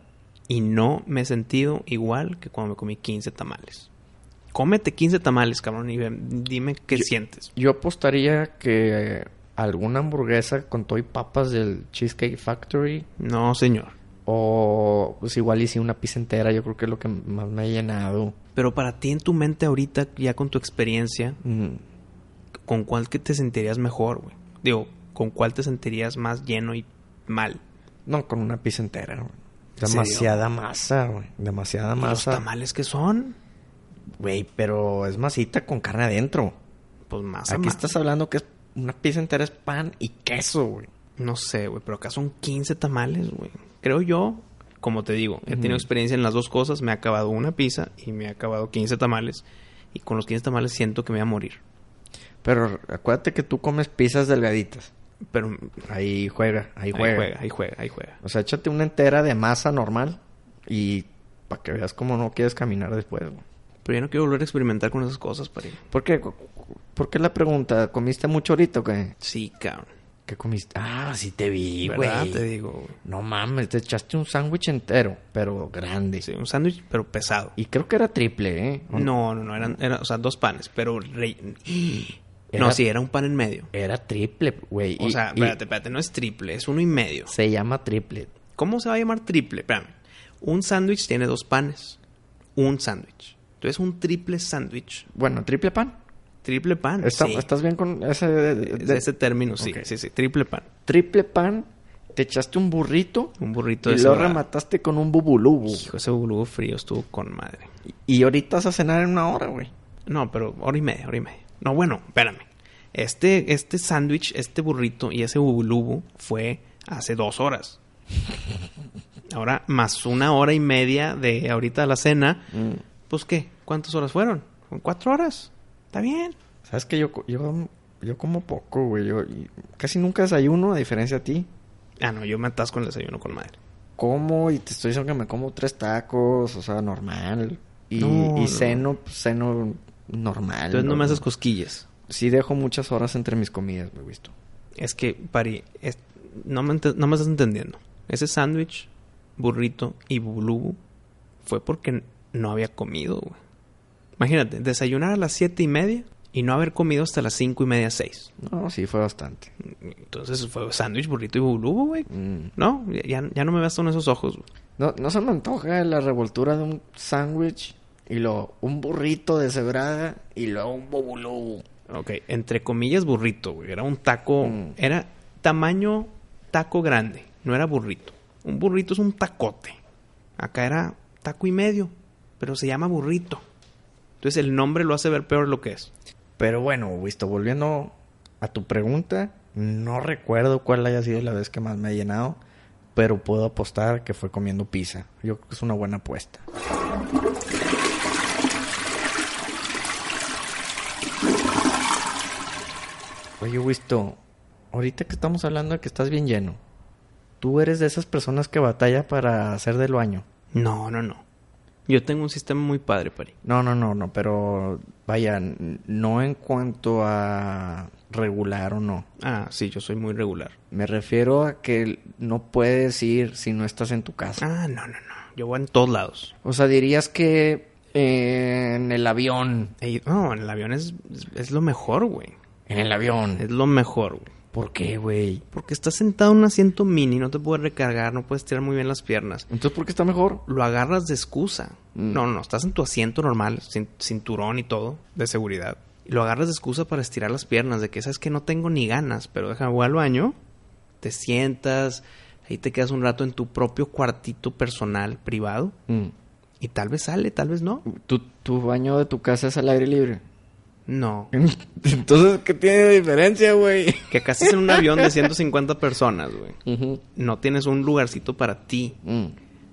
Speaker 2: y no me he sentido igual que cuando me comí 15 tamales. Cómete 15 tamales, cabrón, y ve- dime qué sientes.
Speaker 1: Yo apostaría que alguna hamburguesa con toy papas del Cheesecake Factory
Speaker 2: No, señor.
Speaker 1: o pues igual hice una pizza entera, yo creo que es lo que más me ha llenado.
Speaker 2: Pero para ti en tu mente ahorita, ya con tu experiencia,
Speaker 1: Mm.
Speaker 2: ¿con cuál que te sentirías mejor, güey? Digo, ¿con cuál te sentirías más lleno y mal?
Speaker 1: No, con una pizza entera, güey.
Speaker 2: ¿En serio?
Speaker 1: Demasiada masa, güey. Demasiada
Speaker 2: ¿Y los
Speaker 1: masa.
Speaker 2: tamales que son?
Speaker 1: Güey, pero es masita con carne adentro.
Speaker 2: Pues más
Speaker 1: Aquí estás hablando que es una pizza entera es pan y queso, güey.
Speaker 2: No sé, güey, pero acá son 15 tamales, güey. Creo yo, como te digo, he tenido
Speaker 1: Ujú.
Speaker 2: experiencia en las dos cosas. Me ha acabado una pizza y me ha acabado 15 tamales. Y con los 15 tamales siento que me voy a morir.
Speaker 1: Pero acuérdate que tú comes pizzas delgaditas.
Speaker 2: Pero
Speaker 1: Ahí juega, ahí
Speaker 2: ahí
Speaker 1: juega.
Speaker 2: juega, ahí juega, ahí juega.
Speaker 1: O sea, échate una entera de masa normal y para que veas cómo no quieres caminar después, güey.
Speaker 2: Pero yo no quiero volver a experimentar con esas cosas, pari.
Speaker 1: ¿Por qué? ¿Por qué la pregunta? ¿Comiste mucho ahorita o qué?
Speaker 2: Sí, cabrón.
Speaker 1: ¿Qué comiste? Ah, sí te vi,
Speaker 2: ¿Verdad?
Speaker 1: güey.
Speaker 2: Te digo, güey.
Speaker 1: No mames, te echaste un sándwich entero, pero grande.
Speaker 2: Sí, un sándwich, pero pesado.
Speaker 1: Y creo que era triple, ¿eh? ¿O
Speaker 2: No, no, no, eran, era, o sea, dos panes, pero...
Speaker 1: [GASPS]
Speaker 2: rell- No,
Speaker 1: Era-
Speaker 2: sí, era un pan en medio.
Speaker 1: Era triple, güey.
Speaker 2: O
Speaker 1: y-
Speaker 2: sea,
Speaker 1: y
Speaker 2: espérate, espérate, no es triple, es uno y medio.
Speaker 1: Se llama triple.
Speaker 2: ¿Cómo se va a llamar triple? Espérame. Un sándwich tiene dos panes. Un sándwich. Entonces, un triple sándwich.
Speaker 1: Bueno, triple pan.
Speaker 2: Triple pan.
Speaker 1: Está-
Speaker 2: Ah, sí.
Speaker 1: ¿Estás bien con ese, de- de-
Speaker 2: Ese término, sí,
Speaker 1: Ok.
Speaker 2: sí, sí. Triple pan.
Speaker 1: triple pan? Te echaste un burrito
Speaker 2: Un burrito de
Speaker 1: y lo
Speaker 2: cebada.
Speaker 1: remataste con un bubulubu.
Speaker 2: Hijo, ese boludo frío estuvo con madre.
Speaker 1: Y ahorita vas a cenar en una hora, güey.
Speaker 2: No, pero hora y media, hora y media. No, bueno, espérame. Este este sándwich, este burrito y ese ubulubu fue hace dos horas. Ahora, más una hora y media de ahorita la cena, pues ¿qué? ¿Cuántas horas fueron? Fueron cuatro horas. Está bien.
Speaker 1: Sabes que yo, co- yo, yo como poco, güey. Yo y casi nunca desayuno, a diferencia a ti.
Speaker 2: Ah, no, yo me atasco en el desayuno con madre.
Speaker 1: Como y te estoy diciendo que me como tres tacos, o sea, normal. Y,
Speaker 2: No,
Speaker 1: y
Speaker 2: no.
Speaker 1: ceno, pues, ceno normal.
Speaker 2: Entonces Ah, no me haces cosquillas.
Speaker 1: Sí dejo muchas horas entre mis comidas, me he visto.
Speaker 2: Es que, Pari, es- no, me ente- no me estás entendiendo. Ese sándwich, burrito y bulubu fue porque no había comido, güey. Imagínate, desayunar a las siete y media y no haber comido hasta las cinco y media, seis.
Speaker 1: No, sí, fue bastante.
Speaker 2: Entonces fue sándwich, burrito y bulubu, güey.
Speaker 1: Mm.
Speaker 2: No, ya, ya no me veas con esos ojos, güey.
Speaker 1: No, no se me antoja la revoltura de un sándwich y luego un burrito de cebrada y luego un bobulú.
Speaker 2: Ok, entre comillas burrito, güey. Era un taco,
Speaker 1: Mm.
Speaker 2: era tamaño taco grande, no era burrito. Un burrito es un tacote. Acá era taco y medio, pero se llama burrito. Entonces el nombre lo hace ver peor lo que es.
Speaker 1: Pero bueno, visto, volviendo a tu pregunta, no recuerdo cuál haya sido la vez que más me ha llenado, pero puedo apostar que fue comiendo pizza. Yo creo que es una buena apuesta. Oye, Wisto, ahorita que estamos hablando de que estás bien lleno, tú eres de esas personas que batalla para hacer del baño.
Speaker 2: No, no, no. Yo tengo un sistema muy padre, Pari.
Speaker 1: No, no, no, no, pero vaya, n- no en cuanto a regular o no.
Speaker 2: Ah, sí, yo soy muy regular.
Speaker 1: Me refiero a que no puedes ir si no estás en tu casa.
Speaker 2: Ah, no, no, no. Yo voy en todos lados.
Speaker 1: O sea, dirías que eh, en el avión,
Speaker 2: Ey, no, en el avión es, es, es lo mejor, güey.
Speaker 1: en el avión.
Speaker 2: Es lo mejor, güey.
Speaker 1: ¿Por qué, güey?
Speaker 2: Porque estás sentado en un asiento mini, no te puedes recargar, no puedes tirar muy bien las piernas.
Speaker 1: Entonces, ¿por qué está mejor?
Speaker 2: Lo agarras de excusa.
Speaker 1: Mm.
Speaker 2: No, no, no, estás en tu asiento normal, cin- cinturón y todo, de seguridad. Y lo agarras de excusa para estirar las piernas, de que sabes que no tengo ni ganas, pero déjame, voy al baño, te sientas, ahí te quedas un rato en tu propio cuartito personal, privado,
Speaker 1: Mm.
Speaker 2: y tal vez sale, tal vez no.
Speaker 1: ¿Tu, tu baño de tu casa es al aire libre.
Speaker 2: No,
Speaker 1: [LAUGHS] Entonces, ¿qué tiene de diferencia, güey?
Speaker 2: que acá estás en un avión de 150 personas, güey. No tienes un lugarcito para ti.
Speaker 1: Mm.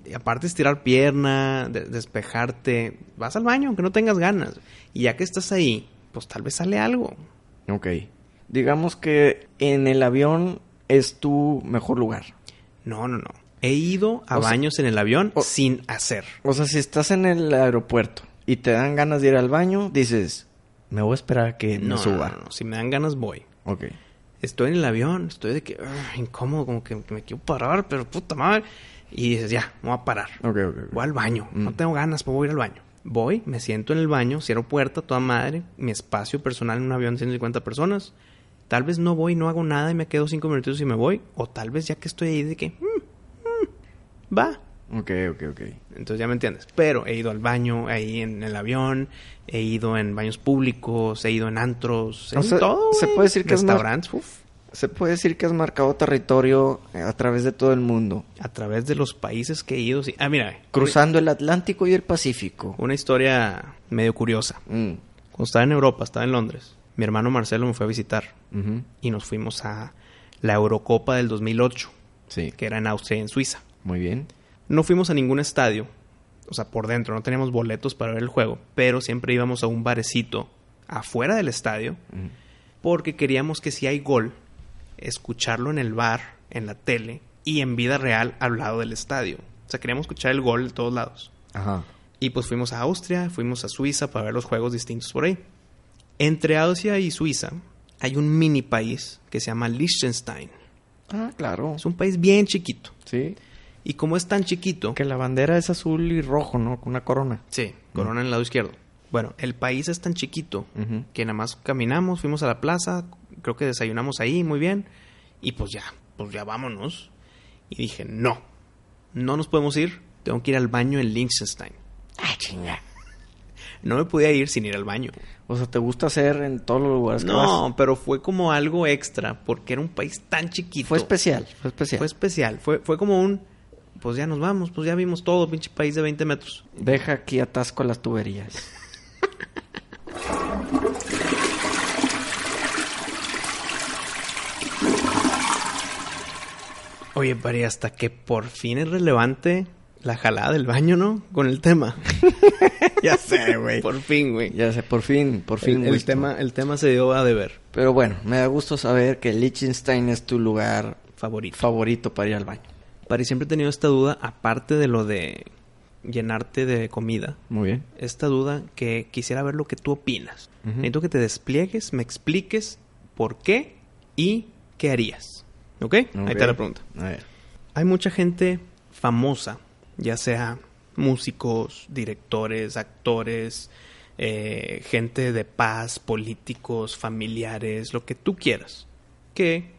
Speaker 2: Y aparte estirar pierna, de- despejarte, vas al baño aunque no tengas ganas. Y ya que estás ahí, pues tal vez sale algo.
Speaker 1: Ok. Digamos que en el avión es tu mejor lugar.
Speaker 2: No, no, no. He ido a
Speaker 1: O sea-
Speaker 2: baños en el avión
Speaker 1: o-
Speaker 2: sin hacer.
Speaker 1: O sea, si estás en el aeropuerto y te dan ganas de ir al baño, dices, me voy a esperar a que
Speaker 2: No,
Speaker 1: me suba.
Speaker 2: no, no, no. Si me dan ganas, voy.
Speaker 1: Ok.
Speaker 2: Estoy en el avión, estoy de que ah, incómodo, como que me quiero parar, pero puta madre. Y dices, ya, me voy a parar.
Speaker 1: Ok, ok. ok.
Speaker 2: Voy al baño. No
Speaker 1: Mm.
Speaker 2: tengo ganas, pero voy a ir al baño. Voy, me siento en el baño, cierro puerta, toda madre, mi espacio personal en un avión de 150 personas. Tal vez no voy, no hago nada y me quedo cinco minutitos y me voy. O tal vez ya que estoy ahí de que... "Mm, mm, va.
Speaker 1: Ok, ok, ok.
Speaker 2: Entonces ya me entiendes. Pero he ido al baño, ahí en el avión, he ido en baños públicos, he ido en antros, he
Speaker 1: O
Speaker 2: ido en
Speaker 1: sea,
Speaker 2: todo.
Speaker 1: se
Speaker 2: güey.
Speaker 1: puede decir que es más-
Speaker 2: Restaurantes, uf.
Speaker 1: Se puede decir que has marcado territorio eh, a través de todo el mundo.
Speaker 2: A través de los países que he ido. sí. Ah, mira.
Speaker 1: Cruzando el Atlántico y el Pacífico.
Speaker 2: Una historia medio curiosa.
Speaker 1: Mm.
Speaker 2: Cuando estaba en Europa, estaba en Londres, mi hermano Marcelo me fue a visitar
Speaker 1: Ujú.
Speaker 2: y nos fuimos a la Eurocopa del 2008,
Speaker 1: Sí.
Speaker 2: que era en Austria y en Suiza.
Speaker 1: Muy bien.
Speaker 2: No fuimos a ningún estadio, o sea, por dentro, no teníamos boletos para ver el juego, pero siempre íbamos a un barecito afuera del estadio
Speaker 1: Mm.
Speaker 2: porque queríamos que si hay gol, escucharlo en el bar, en la tele y en vida real al lado del estadio. O sea, queríamos escuchar el gol de todos lados.
Speaker 1: Ajá.
Speaker 2: Y pues fuimos a Austria, fuimos a Suiza para ver los juegos distintos por ahí. Entre Austria y Suiza hay un mini país que se llama Liechtenstein.
Speaker 1: Ah, claro.
Speaker 2: Es un país bien chiquito.
Speaker 1: Sí.
Speaker 2: Y como es tan chiquito...
Speaker 1: Que la bandera es azul y rojo, ¿no? Con una corona.
Speaker 2: Sí, corona en el lado izquierdo. Bueno, el país es tan chiquito
Speaker 1: Ujú.
Speaker 2: que nada más caminamos, fuimos a la plaza, creo que desayunamos ahí, muy bien. Y pues ya, pues ya vámonos. Y dije, no, no nos podemos ir, tengo que ir al baño en Liechtenstein.
Speaker 1: Ah, chinga.
Speaker 2: No me podía ir sin ir al baño.
Speaker 1: O sea, ¿te gusta hacer en todos los lugares que
Speaker 2: No,
Speaker 1: vas?
Speaker 2: pero fue como algo extra, porque era un país tan chiquito.
Speaker 1: Fue especial, fue especial.
Speaker 2: Fue especial. Fue, fue como un, pues ya nos vamos, pues ya vimos todo, pinche país de 20 metros.
Speaker 1: Deja aquí atasco las tuberías. [LAUGHS]
Speaker 2: Oye, Pari, hasta que por fin es relevante la jalada del baño, ¿no? Con
Speaker 1: [LAUGHS]
Speaker 2: el tema.
Speaker 1: ya sé, güey.
Speaker 2: por fin, güey.
Speaker 1: Ya sé, por fin, por fin.
Speaker 2: El, el
Speaker 1: Wisto.
Speaker 2: tema, el tema se dio a deber.
Speaker 1: Pero bueno, me da gusto saber que Liechtenstein es tu lugar
Speaker 2: Favorito.
Speaker 1: favorito para ir al baño.
Speaker 2: Pari, siempre he tenido esta duda, aparte de lo de llenarte de comida.
Speaker 1: Muy bien.
Speaker 2: esta duda que quisiera ver lo que tú opinas.
Speaker 1: Ujú.
Speaker 2: Necesito que te despliegues, me expliques por qué y qué harías. ¿Ok? Ahí está la pregunta.
Speaker 1: A ver.
Speaker 2: Hay mucha gente famosa, ya sea músicos, directores, actores, eh, gente de paz, políticos, familiares, lo que tú quieras, que,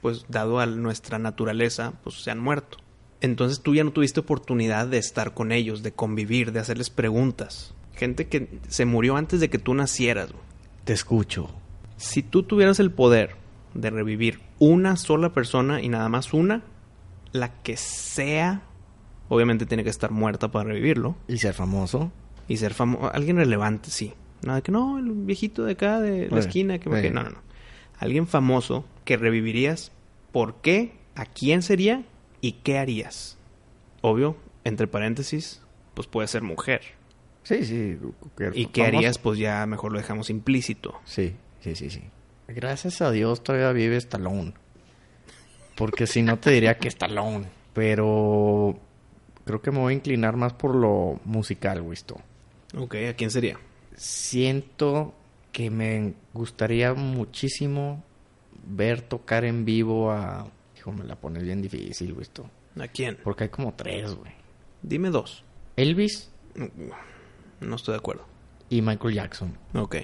Speaker 2: pues, dado a nuestra naturaleza, pues se han muerto. Entonces tú ya no tuviste oportunidad de estar con ellos, de convivir, de hacerles preguntas. Gente que se murió antes de que tú nacieras. güey.
Speaker 1: Te escucho.
Speaker 2: Si tú tuvieras el poder de revivir una sola persona y nada más una, la que sea, obviamente tiene que estar muerta para revivirlo
Speaker 1: ¿Y ser famoso?
Speaker 2: y ser famoso, alguien relevante, sí. Nada que no, el viejito de acá de la
Speaker 1: Bueno,
Speaker 2: esquina que me
Speaker 1: bueno.
Speaker 2: que- no, no, no. Alguien famoso que revivirías, ¿por qué? ¿A quién sería? ¿Y qué harías? Obvio, entre paréntesis, pues puede ser mujer.
Speaker 1: Sí, sí.
Speaker 2: ¿Y qué harías? Pues ya mejor lo dejamos implícito.
Speaker 1: Sí, sí, sí, sí. Gracias a Dios todavía vive Stallone. Porque si no te diría que Stallone. Pero Creo que me voy a inclinar más por lo musical, Wisto.
Speaker 2: Ok, ¿a quién sería?
Speaker 1: Siento que me gustaría muchísimo ver tocar en vivo a... Hijo, me la pones bien difícil, Wisto.
Speaker 2: ¿A quién?
Speaker 1: Porque hay como tres, güey.
Speaker 2: Dime dos.
Speaker 1: Elvis
Speaker 2: No estoy de acuerdo.
Speaker 1: y Michael Jackson.
Speaker 2: Ok.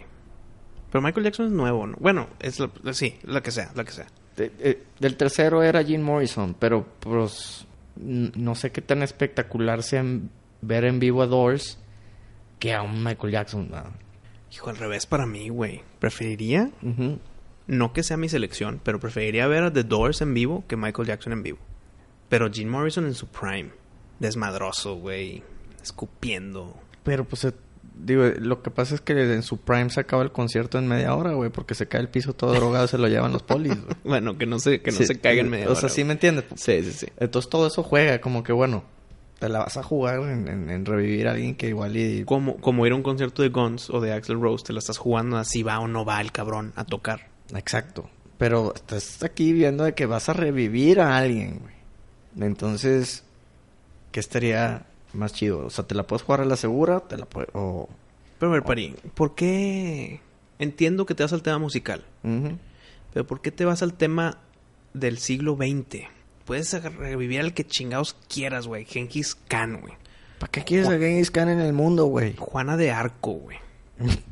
Speaker 2: Pero Michael Jackson es nuevo, ¿no? Bueno, es la- la- sí, la que sea, la que sea.
Speaker 1: De- eh, del tercero era Jim Morrison, pero pues n- no sé qué tan espectacular sea en- ver en vivo a Doors que a un Michael Jackson. ¿no?
Speaker 2: Hijo, al revés para mí, güey. Preferiría,
Speaker 1: Ujú.
Speaker 2: no que sea mi selección, pero preferiría ver a The Doors en vivo que Michael Jackson en vivo. Pero Gene Morrison en su prime. Desmadroso, güey. Escupiendo.
Speaker 1: Pero pues eh, digo, eh, lo que pasa es que en su prime se acaba el concierto en media hora, güey, porque se cae el piso todo drogado, se lo llevan los polis, güey.
Speaker 2: Bueno, que no se, que no
Speaker 1: Sí, eh,
Speaker 2: se caiga en medio.
Speaker 1: O sea, sí me entiendes.
Speaker 2: Sí, sí, sí.
Speaker 1: Entonces todo eso juega, como que bueno, te la vas a jugar en, en- en revivir a alguien que igual y
Speaker 2: Como, como ir a un concierto de Guns o de Axel Rose, te la estás jugando a si va o no va el cabrón a tocar.
Speaker 1: Exacto. Pero estás aquí viendo de que vas a revivir a alguien, güey. Entonces, ¿qué estaría más chido? O sea, te la puedes jugar a la segura, te la puedes... O...
Speaker 2: Pero a ver, Pari, ¿por qué? Entiendo que te vas al tema musical,
Speaker 1: Ujú.
Speaker 2: pero ¿por qué te vas al tema del siglo XX? Puedes agar- revivir al que chingados quieras, güey. Genghis Khan, güey.
Speaker 1: ¿Para qué quieres a Genghis Khan en el mundo, güey?
Speaker 2: Juana de Arco, güey.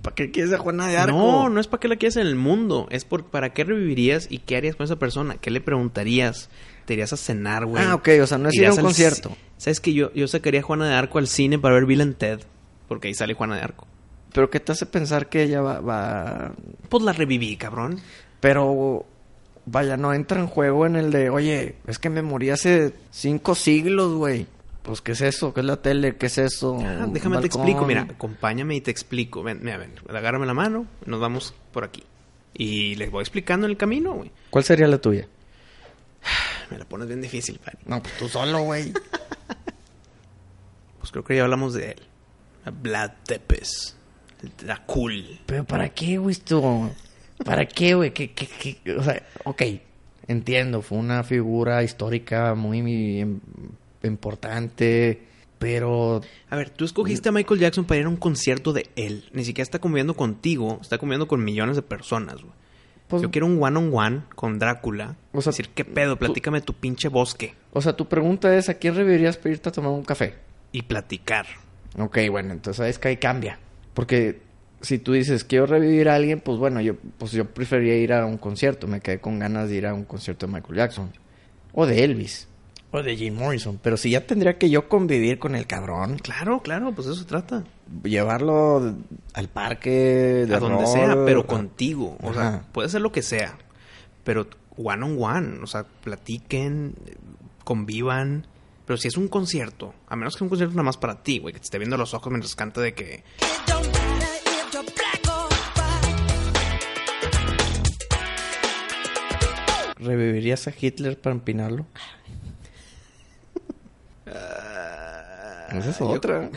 Speaker 1: ¿Para qué quieres a Juana de Arco?
Speaker 2: No, no es para qué la quieras en el mundo. Es por para qué revivirías y qué harías con esa persona. ¿Qué le preguntarías? ¿Te irías a cenar, güey?
Speaker 1: Ah, ok, o sea, no es ir a
Speaker 2: Irías
Speaker 1: un
Speaker 2: al
Speaker 1: concierto.
Speaker 2: ci- ¿Sabes que yo, yo sacaría a Juana de Arco al cine para ver Bill and Ted? Porque ahí sale Juana de Arco.
Speaker 1: Pero ¿qué te hace pensar que ella va, va...
Speaker 2: Pues la reviví, cabrón.
Speaker 1: Pero... Vaya, no entra en juego en el de, oye, es que me morí hace cinco siglos, güey. Pues, ¿qué es eso? ¿Qué es la tele? ¿Qué es eso?
Speaker 2: Ah,
Speaker 1: ¿Un
Speaker 2: déjame te
Speaker 1: balcón?
Speaker 2: explico, mira, acompáñame y te explico. Ven, mira, ven, agárrame la mano, nos vamos por aquí. Y les voy explicando en el camino, güey.
Speaker 1: ¿Cuál sería la tuya?
Speaker 2: Me la pones bien difícil, Fanny.
Speaker 1: No, pues tú solo, güey.
Speaker 2: Pues creo que ya hablamos de él. Vlad Tepes. El Dracul.
Speaker 1: [LAUGHS] Pero ¿para qué, güey, esto? ¿Para qué, güey? ¿Qué, qué, qué? O sea, ok, entiendo, fue una figura histórica muy im- importante, pero...
Speaker 2: A ver, tú escogiste a Michael Jackson para ir a un concierto de él. Ni siquiera está conviviendo contigo, está conviviendo con millones de personas, güey.
Speaker 1: pues,
Speaker 2: Yo quiero un one-on-one con Drácula.
Speaker 1: O sea,
Speaker 2: decir, ¿qué pedo? Platícame tu pinche bosque.
Speaker 1: O sea, tu pregunta es, ¿a quién revivirías para irte a tomar un café?
Speaker 2: Y platicar.
Speaker 1: Ok, bueno, entonces es que ahí cambia. Porque si tú dices, quiero revivir a alguien, pues bueno, yo, pues yo prefería ir a un concierto. Me quedé con ganas de ir a un concierto de Michael Jackson. O de Elvis. O de Jim Morrison. Pero si ya tendría que yo convivir con el cabrón,
Speaker 2: Claro, claro, pues de eso se trata.
Speaker 1: llevarlo al parque, de
Speaker 2: a donde
Speaker 1: rol,
Speaker 2: sea, pero
Speaker 1: a-
Speaker 2: contigo. O
Speaker 1: Ajá.
Speaker 2: sea, puede ser lo que sea. Pero one on one. O sea, platiquen, convivan. Pero si es un concierto, a menos que un concierto nada más para ti, güey, que te esté viendo a los ojos mientras canta de que.
Speaker 3: It don't matter if you're black or white.
Speaker 1: ¿Revivirías a Hitler para empinarlo? Esa es
Speaker 2: Ah, yo-
Speaker 1: otra.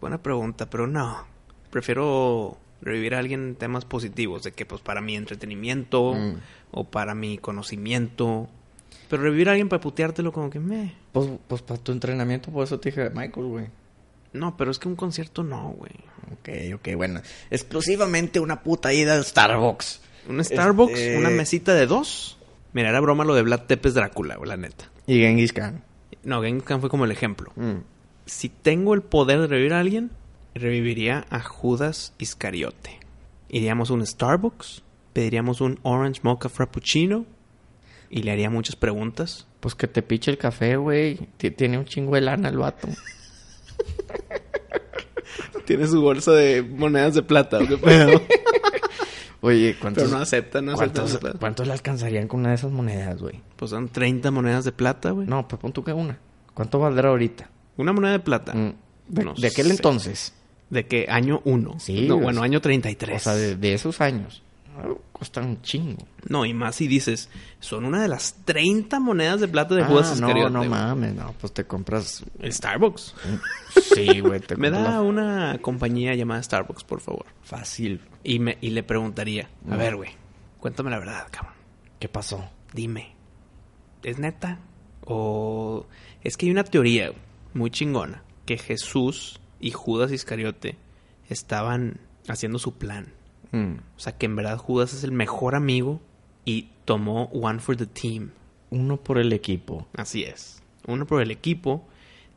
Speaker 2: Buena pregunta, pero no. Prefiero revivir a alguien en temas positivos, de que pues para mi entretenimiento
Speaker 1: Mm.
Speaker 2: o para mi conocimiento. Pero revivir a alguien para puteártelo como que me.
Speaker 1: Pues, pues para tu entrenamiento, por eso te dije Michael, güey.
Speaker 2: No, pero es que un concierto no, güey.
Speaker 1: Ok, ok, bueno. Exclusivamente una puta ida al Starbucks.
Speaker 2: Un Starbucks,
Speaker 1: Este-
Speaker 2: una mesita de dos. Mira, era broma lo de Vlad Tepes Drácula, güey, la neta.
Speaker 1: Y Genghis Khan.
Speaker 2: No, Genghis Khan fue como el ejemplo.
Speaker 1: Mm.
Speaker 2: Si tengo el poder de revivir a alguien, reviviría a Judas Iscariote. Iríamos a un Starbucks, pediríamos un Orange Mocha Frappuccino y le haría muchas preguntas.
Speaker 1: Pues que te piche el café, güey. Ti- Tiene un chingo de lana el vato.
Speaker 2: Tiene su bolsa de monedas de plata, ¿o qué pedo?
Speaker 1: Oye, ¿cuántos,
Speaker 2: [LAUGHS] Pero no acepta, no acepta.
Speaker 1: ¿cuántos,
Speaker 2: esa plata.
Speaker 1: cuántos le alcanzarían con una de esas monedas, güey?
Speaker 2: Pues son 30 monedas de plata, güey.
Speaker 1: No, pues pon tú que una. ¿Cuánto valdrá ahorita?
Speaker 2: Una moneda de plata.
Speaker 1: Mm. De,
Speaker 2: No
Speaker 1: de aquel
Speaker 2: sé.
Speaker 1: entonces.
Speaker 2: ¿De qué? Año 1.
Speaker 1: Sí,
Speaker 2: No,
Speaker 1: o
Speaker 2: bueno,
Speaker 1: sea-
Speaker 2: año 33.
Speaker 1: O sea, de, de esos años. Ah, Cuestan un chingo.
Speaker 2: No, y más si dices, son una de las 30 monedas de plata de Judas
Speaker 1: Ah, no,
Speaker 2: Iscariote.
Speaker 1: no
Speaker 2: güey.
Speaker 1: mames. No, pues te compras...
Speaker 2: El Starbucks.
Speaker 1: Sí, güey. te
Speaker 2: [LAUGHS] Me
Speaker 1: compras
Speaker 2: da
Speaker 1: la-
Speaker 2: una compañía llamada Starbucks, por favor.
Speaker 1: Fácil. Mm.
Speaker 2: Y, me, y le preguntaría, a ver, güey, cuéntame la verdad, cabrón.
Speaker 1: ¿Qué pasó?
Speaker 2: Dime, ¿es neta? O es que hay una teoría muy chingona que Jesús y Judas Iscariote estaban haciendo su plan.
Speaker 1: Mm.
Speaker 2: O sea, que en verdad Judas es el mejor amigo y tomó one for the team.
Speaker 1: Uno por el equipo.
Speaker 2: Así es. Uno por el equipo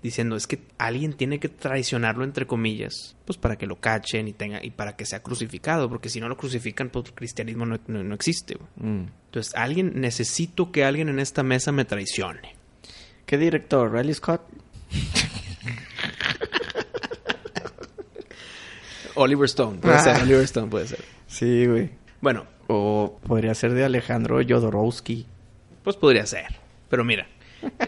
Speaker 2: diciendo es que alguien tiene que traicionarlo entre comillas, pues para que lo cachen y tenga y para que sea crucificado, porque si no lo crucifican, pues el cristianismo no, no- no existe. güey.
Speaker 1: Mm.
Speaker 2: Entonces, alguien necesito que alguien en esta mesa me traicione.
Speaker 1: ¿Qué director? ¿Riley Scott?
Speaker 2: Oliver Stone, puede
Speaker 1: Ah.
Speaker 2: ser, Oliver Stone puede ser.
Speaker 1: Sí, güey.
Speaker 2: Bueno,
Speaker 1: O podría ser de Alejandro Jodorowsky.
Speaker 2: Pues podría ser. Pero mira,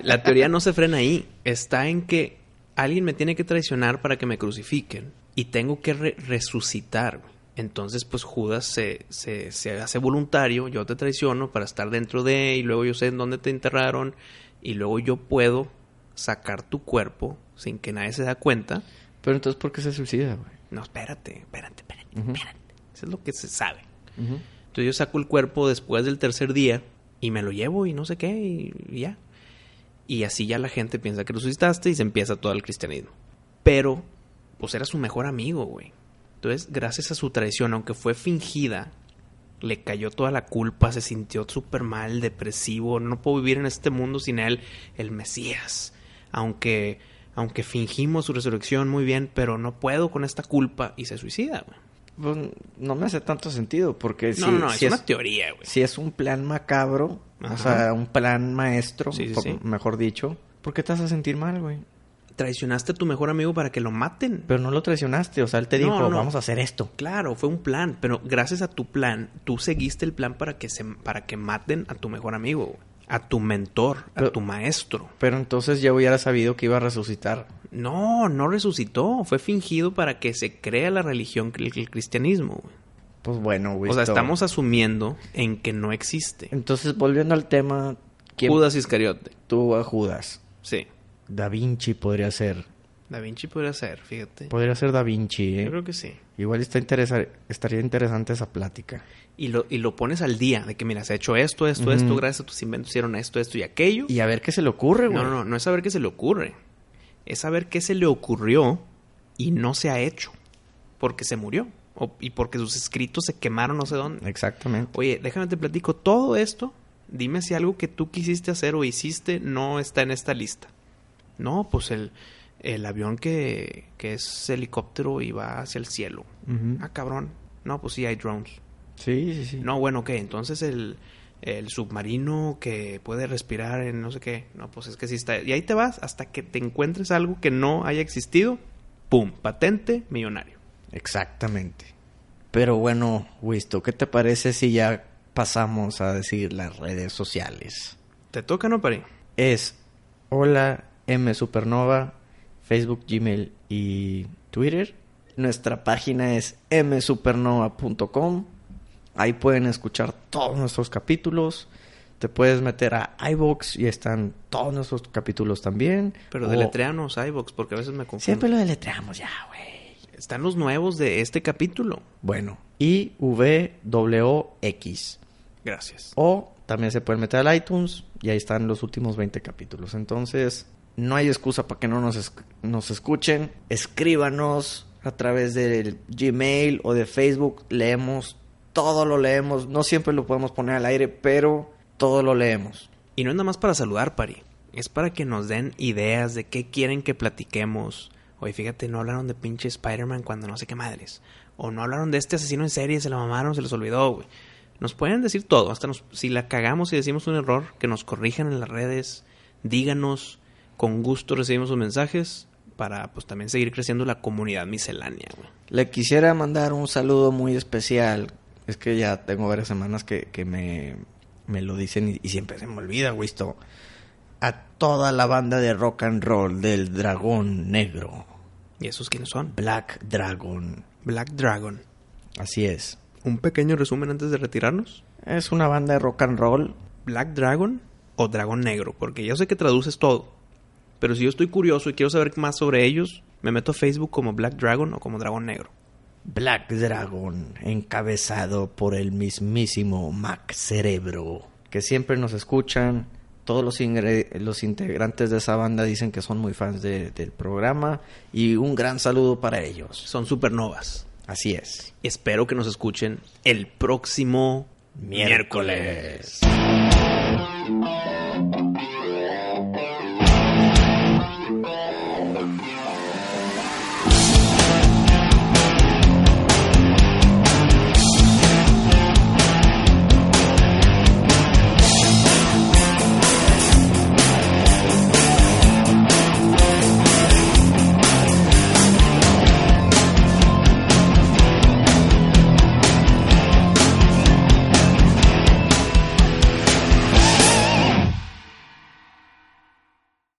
Speaker 2: la teoría no se frena ahí. Está en que alguien me tiene que traicionar para que me crucifiquen y tengo que re- resucitar. güey. Entonces, pues Judas se, se- se hace voluntario, yo te traiciono para estar dentro de, y luego yo sé en dónde te enterraron, y luego yo puedo sacar tu cuerpo sin que nadie se da cuenta.
Speaker 1: Pero entonces, ¿por qué se suicida, güey?
Speaker 2: No, espérate, espérate, espérate,
Speaker 1: Ujú.
Speaker 2: espérate. Eso es lo que se sabe. Entonces yo saco el cuerpo después del tercer día y me lo llevo y no sé qué y, y ya. Y así ya la gente piensa que resucitaste y se empieza todo el cristianismo. Pero, pues era su mejor amigo, güey. Entonces, gracias a su traición, aunque fue fingida, le cayó toda la culpa, se sintió súper mal, depresivo, no puedo vivir en este mundo sin él, el Mesías. Aunque, aunque fingimos su resurrección muy bien, pero no puedo con esta culpa y se suicida, güey.
Speaker 1: Pues, no me hace tanto sentido, porque si,
Speaker 2: no, no, no,
Speaker 1: si
Speaker 2: es
Speaker 1: es,
Speaker 2: una teoría, güey.
Speaker 1: si es un plan macabro,
Speaker 2: Ajá.
Speaker 1: o sea, un plan maestro,
Speaker 2: Sí, sí,
Speaker 1: por-
Speaker 2: sí.
Speaker 1: mejor dicho, ¿por qué te vas a sentir mal, güey?
Speaker 2: traicionaste a tu mejor amigo para que lo maten.
Speaker 1: Pero no lo traicionaste, o sea, él te
Speaker 2: No,
Speaker 1: dijo,
Speaker 2: no.
Speaker 1: vamos a hacer esto.
Speaker 2: claro, fue un plan, pero gracias a tu plan, tú seguiste el plan para que se, para que maten a tu mejor amigo, güey. a tu mentor, a
Speaker 1: Pero-
Speaker 2: tu maestro.
Speaker 1: Pero entonces ya hubiera sabido que iba a resucitar.
Speaker 2: No, no resucitó, fue fingido para que se crea la religión, el, el cristianismo. güey.
Speaker 1: Pues bueno, güey.
Speaker 2: O sea,
Speaker 1: esto-
Speaker 2: estamos asumiendo en que no existe.
Speaker 1: Entonces, volviendo al tema, ¿quién
Speaker 2: Judas Iscariote,
Speaker 1: tuvo a Judas?
Speaker 2: sí.
Speaker 1: Da Vinci podría ser.
Speaker 2: Da Vinci podría ser, fíjate.
Speaker 1: Podría ser Da Vinci, ¿eh?
Speaker 2: Yo creo que sí.
Speaker 1: Igual está interesa- estaría interesante esa plática.
Speaker 2: Y lo, y lo pones al día, de que mira, se ha hecho esto, esto, esto,
Speaker 1: Ujú.
Speaker 2: gracias a tus inventos hicieron esto, esto y aquello.
Speaker 1: Y a ver qué se le ocurre, güey.
Speaker 2: No, no, no es saber qué se le ocurre. Es saber qué se le ocurrió y no se ha hecho. Porque se murió. o- y porque sus escritos se quemaron no sé dónde.
Speaker 1: Exactamente.
Speaker 2: Oye, déjame te platico todo esto. Dime si algo que tú quisiste hacer o hiciste no está en esta lista. No, pues el, el avión que, que es helicóptero y va hacia el cielo.
Speaker 1: Ujú.
Speaker 2: Ah, cabrón. No, pues sí hay drones.
Speaker 1: Sí, sí, sí.
Speaker 2: No, bueno, ok, entonces el, el submarino que puede respirar en no sé qué. No, pues es que sí está. Y ahí te vas hasta que te encuentres algo que no haya existido. ¡Pum! Patente, millonario.
Speaker 1: Exactamente. Pero bueno, Wisto, ¿qué te parece si ya pasamos a decir las redes sociales?
Speaker 2: ¿Te toca, no, Pari?
Speaker 1: Es hola M Supernova, Facebook, Gmail y Twitter. Nuestra página es msupernova.com. Ahí pueden escuchar todos nuestros capítulos. Te puedes meter a iBox y están todos nuestros capítulos también.
Speaker 2: Pero
Speaker 1: O-
Speaker 2: deletreanos iVox, porque a veces me confundo.
Speaker 1: Oh. Siempre lo deletreamos ya, güey.
Speaker 2: Están los nuevos de este capítulo.
Speaker 1: Bueno, I V W X.
Speaker 2: Gracias.
Speaker 1: O también se pueden meter al iTunes y ahí están los últimos 20 capítulos. Entonces, no hay excusa para que no nos, esc- nos escuchen. Escríbanos a través del Gmail o de Facebook. Leemos, todo lo leemos. No siempre lo podemos poner al aire, pero todo lo leemos.
Speaker 2: Y no es nada más para saludar, Pari. Es para que nos den ideas de qué quieren que platiquemos. Oye, fíjate, no hablaron de pinche Spider-Man cuando no sé qué madres. O no hablaron de este asesino en serie, se la mamaron, se les olvidó, güey. Nos pueden decir todo. Hasta nos- si la cagamos y decimos un error, que nos corrijan en las redes. Díganos. Con gusto recibimos sus mensajes para pues también seguir creciendo la comunidad miscelánea, güey.
Speaker 1: Le quisiera mandar un saludo muy especial. Es que ya tengo varias semanas que, que me, me lo dicen y, y siempre se me olvida, güey, esto. A toda la banda de rock and roll del Dragón Negro.
Speaker 2: ¿Y esos quiénes son?
Speaker 1: Black Dragon.
Speaker 2: Black Dragon.
Speaker 1: Así es.
Speaker 2: Un pequeño resumen antes de retirarnos.
Speaker 1: Es una banda de rock and roll.
Speaker 2: Black Dragon o Dragón Negro, porque yo sé que traduces todo. Pero si yo estoy curioso y quiero saber más sobre ellos, me meto a Facebook como Black Dragon o como Dragón Negro.
Speaker 1: Black Dragon, encabezado por el mismísimo Mac Cerebro, que siempre nos escuchan, Todos los, ingre- los integrantes de esa banda dicen que son muy fans de- del programa y un gran saludo para ellos.
Speaker 2: Son supernovas.
Speaker 1: Así es.
Speaker 2: Espero que nos escuchen el próximo
Speaker 1: Miércoles.
Speaker 2: miércoles.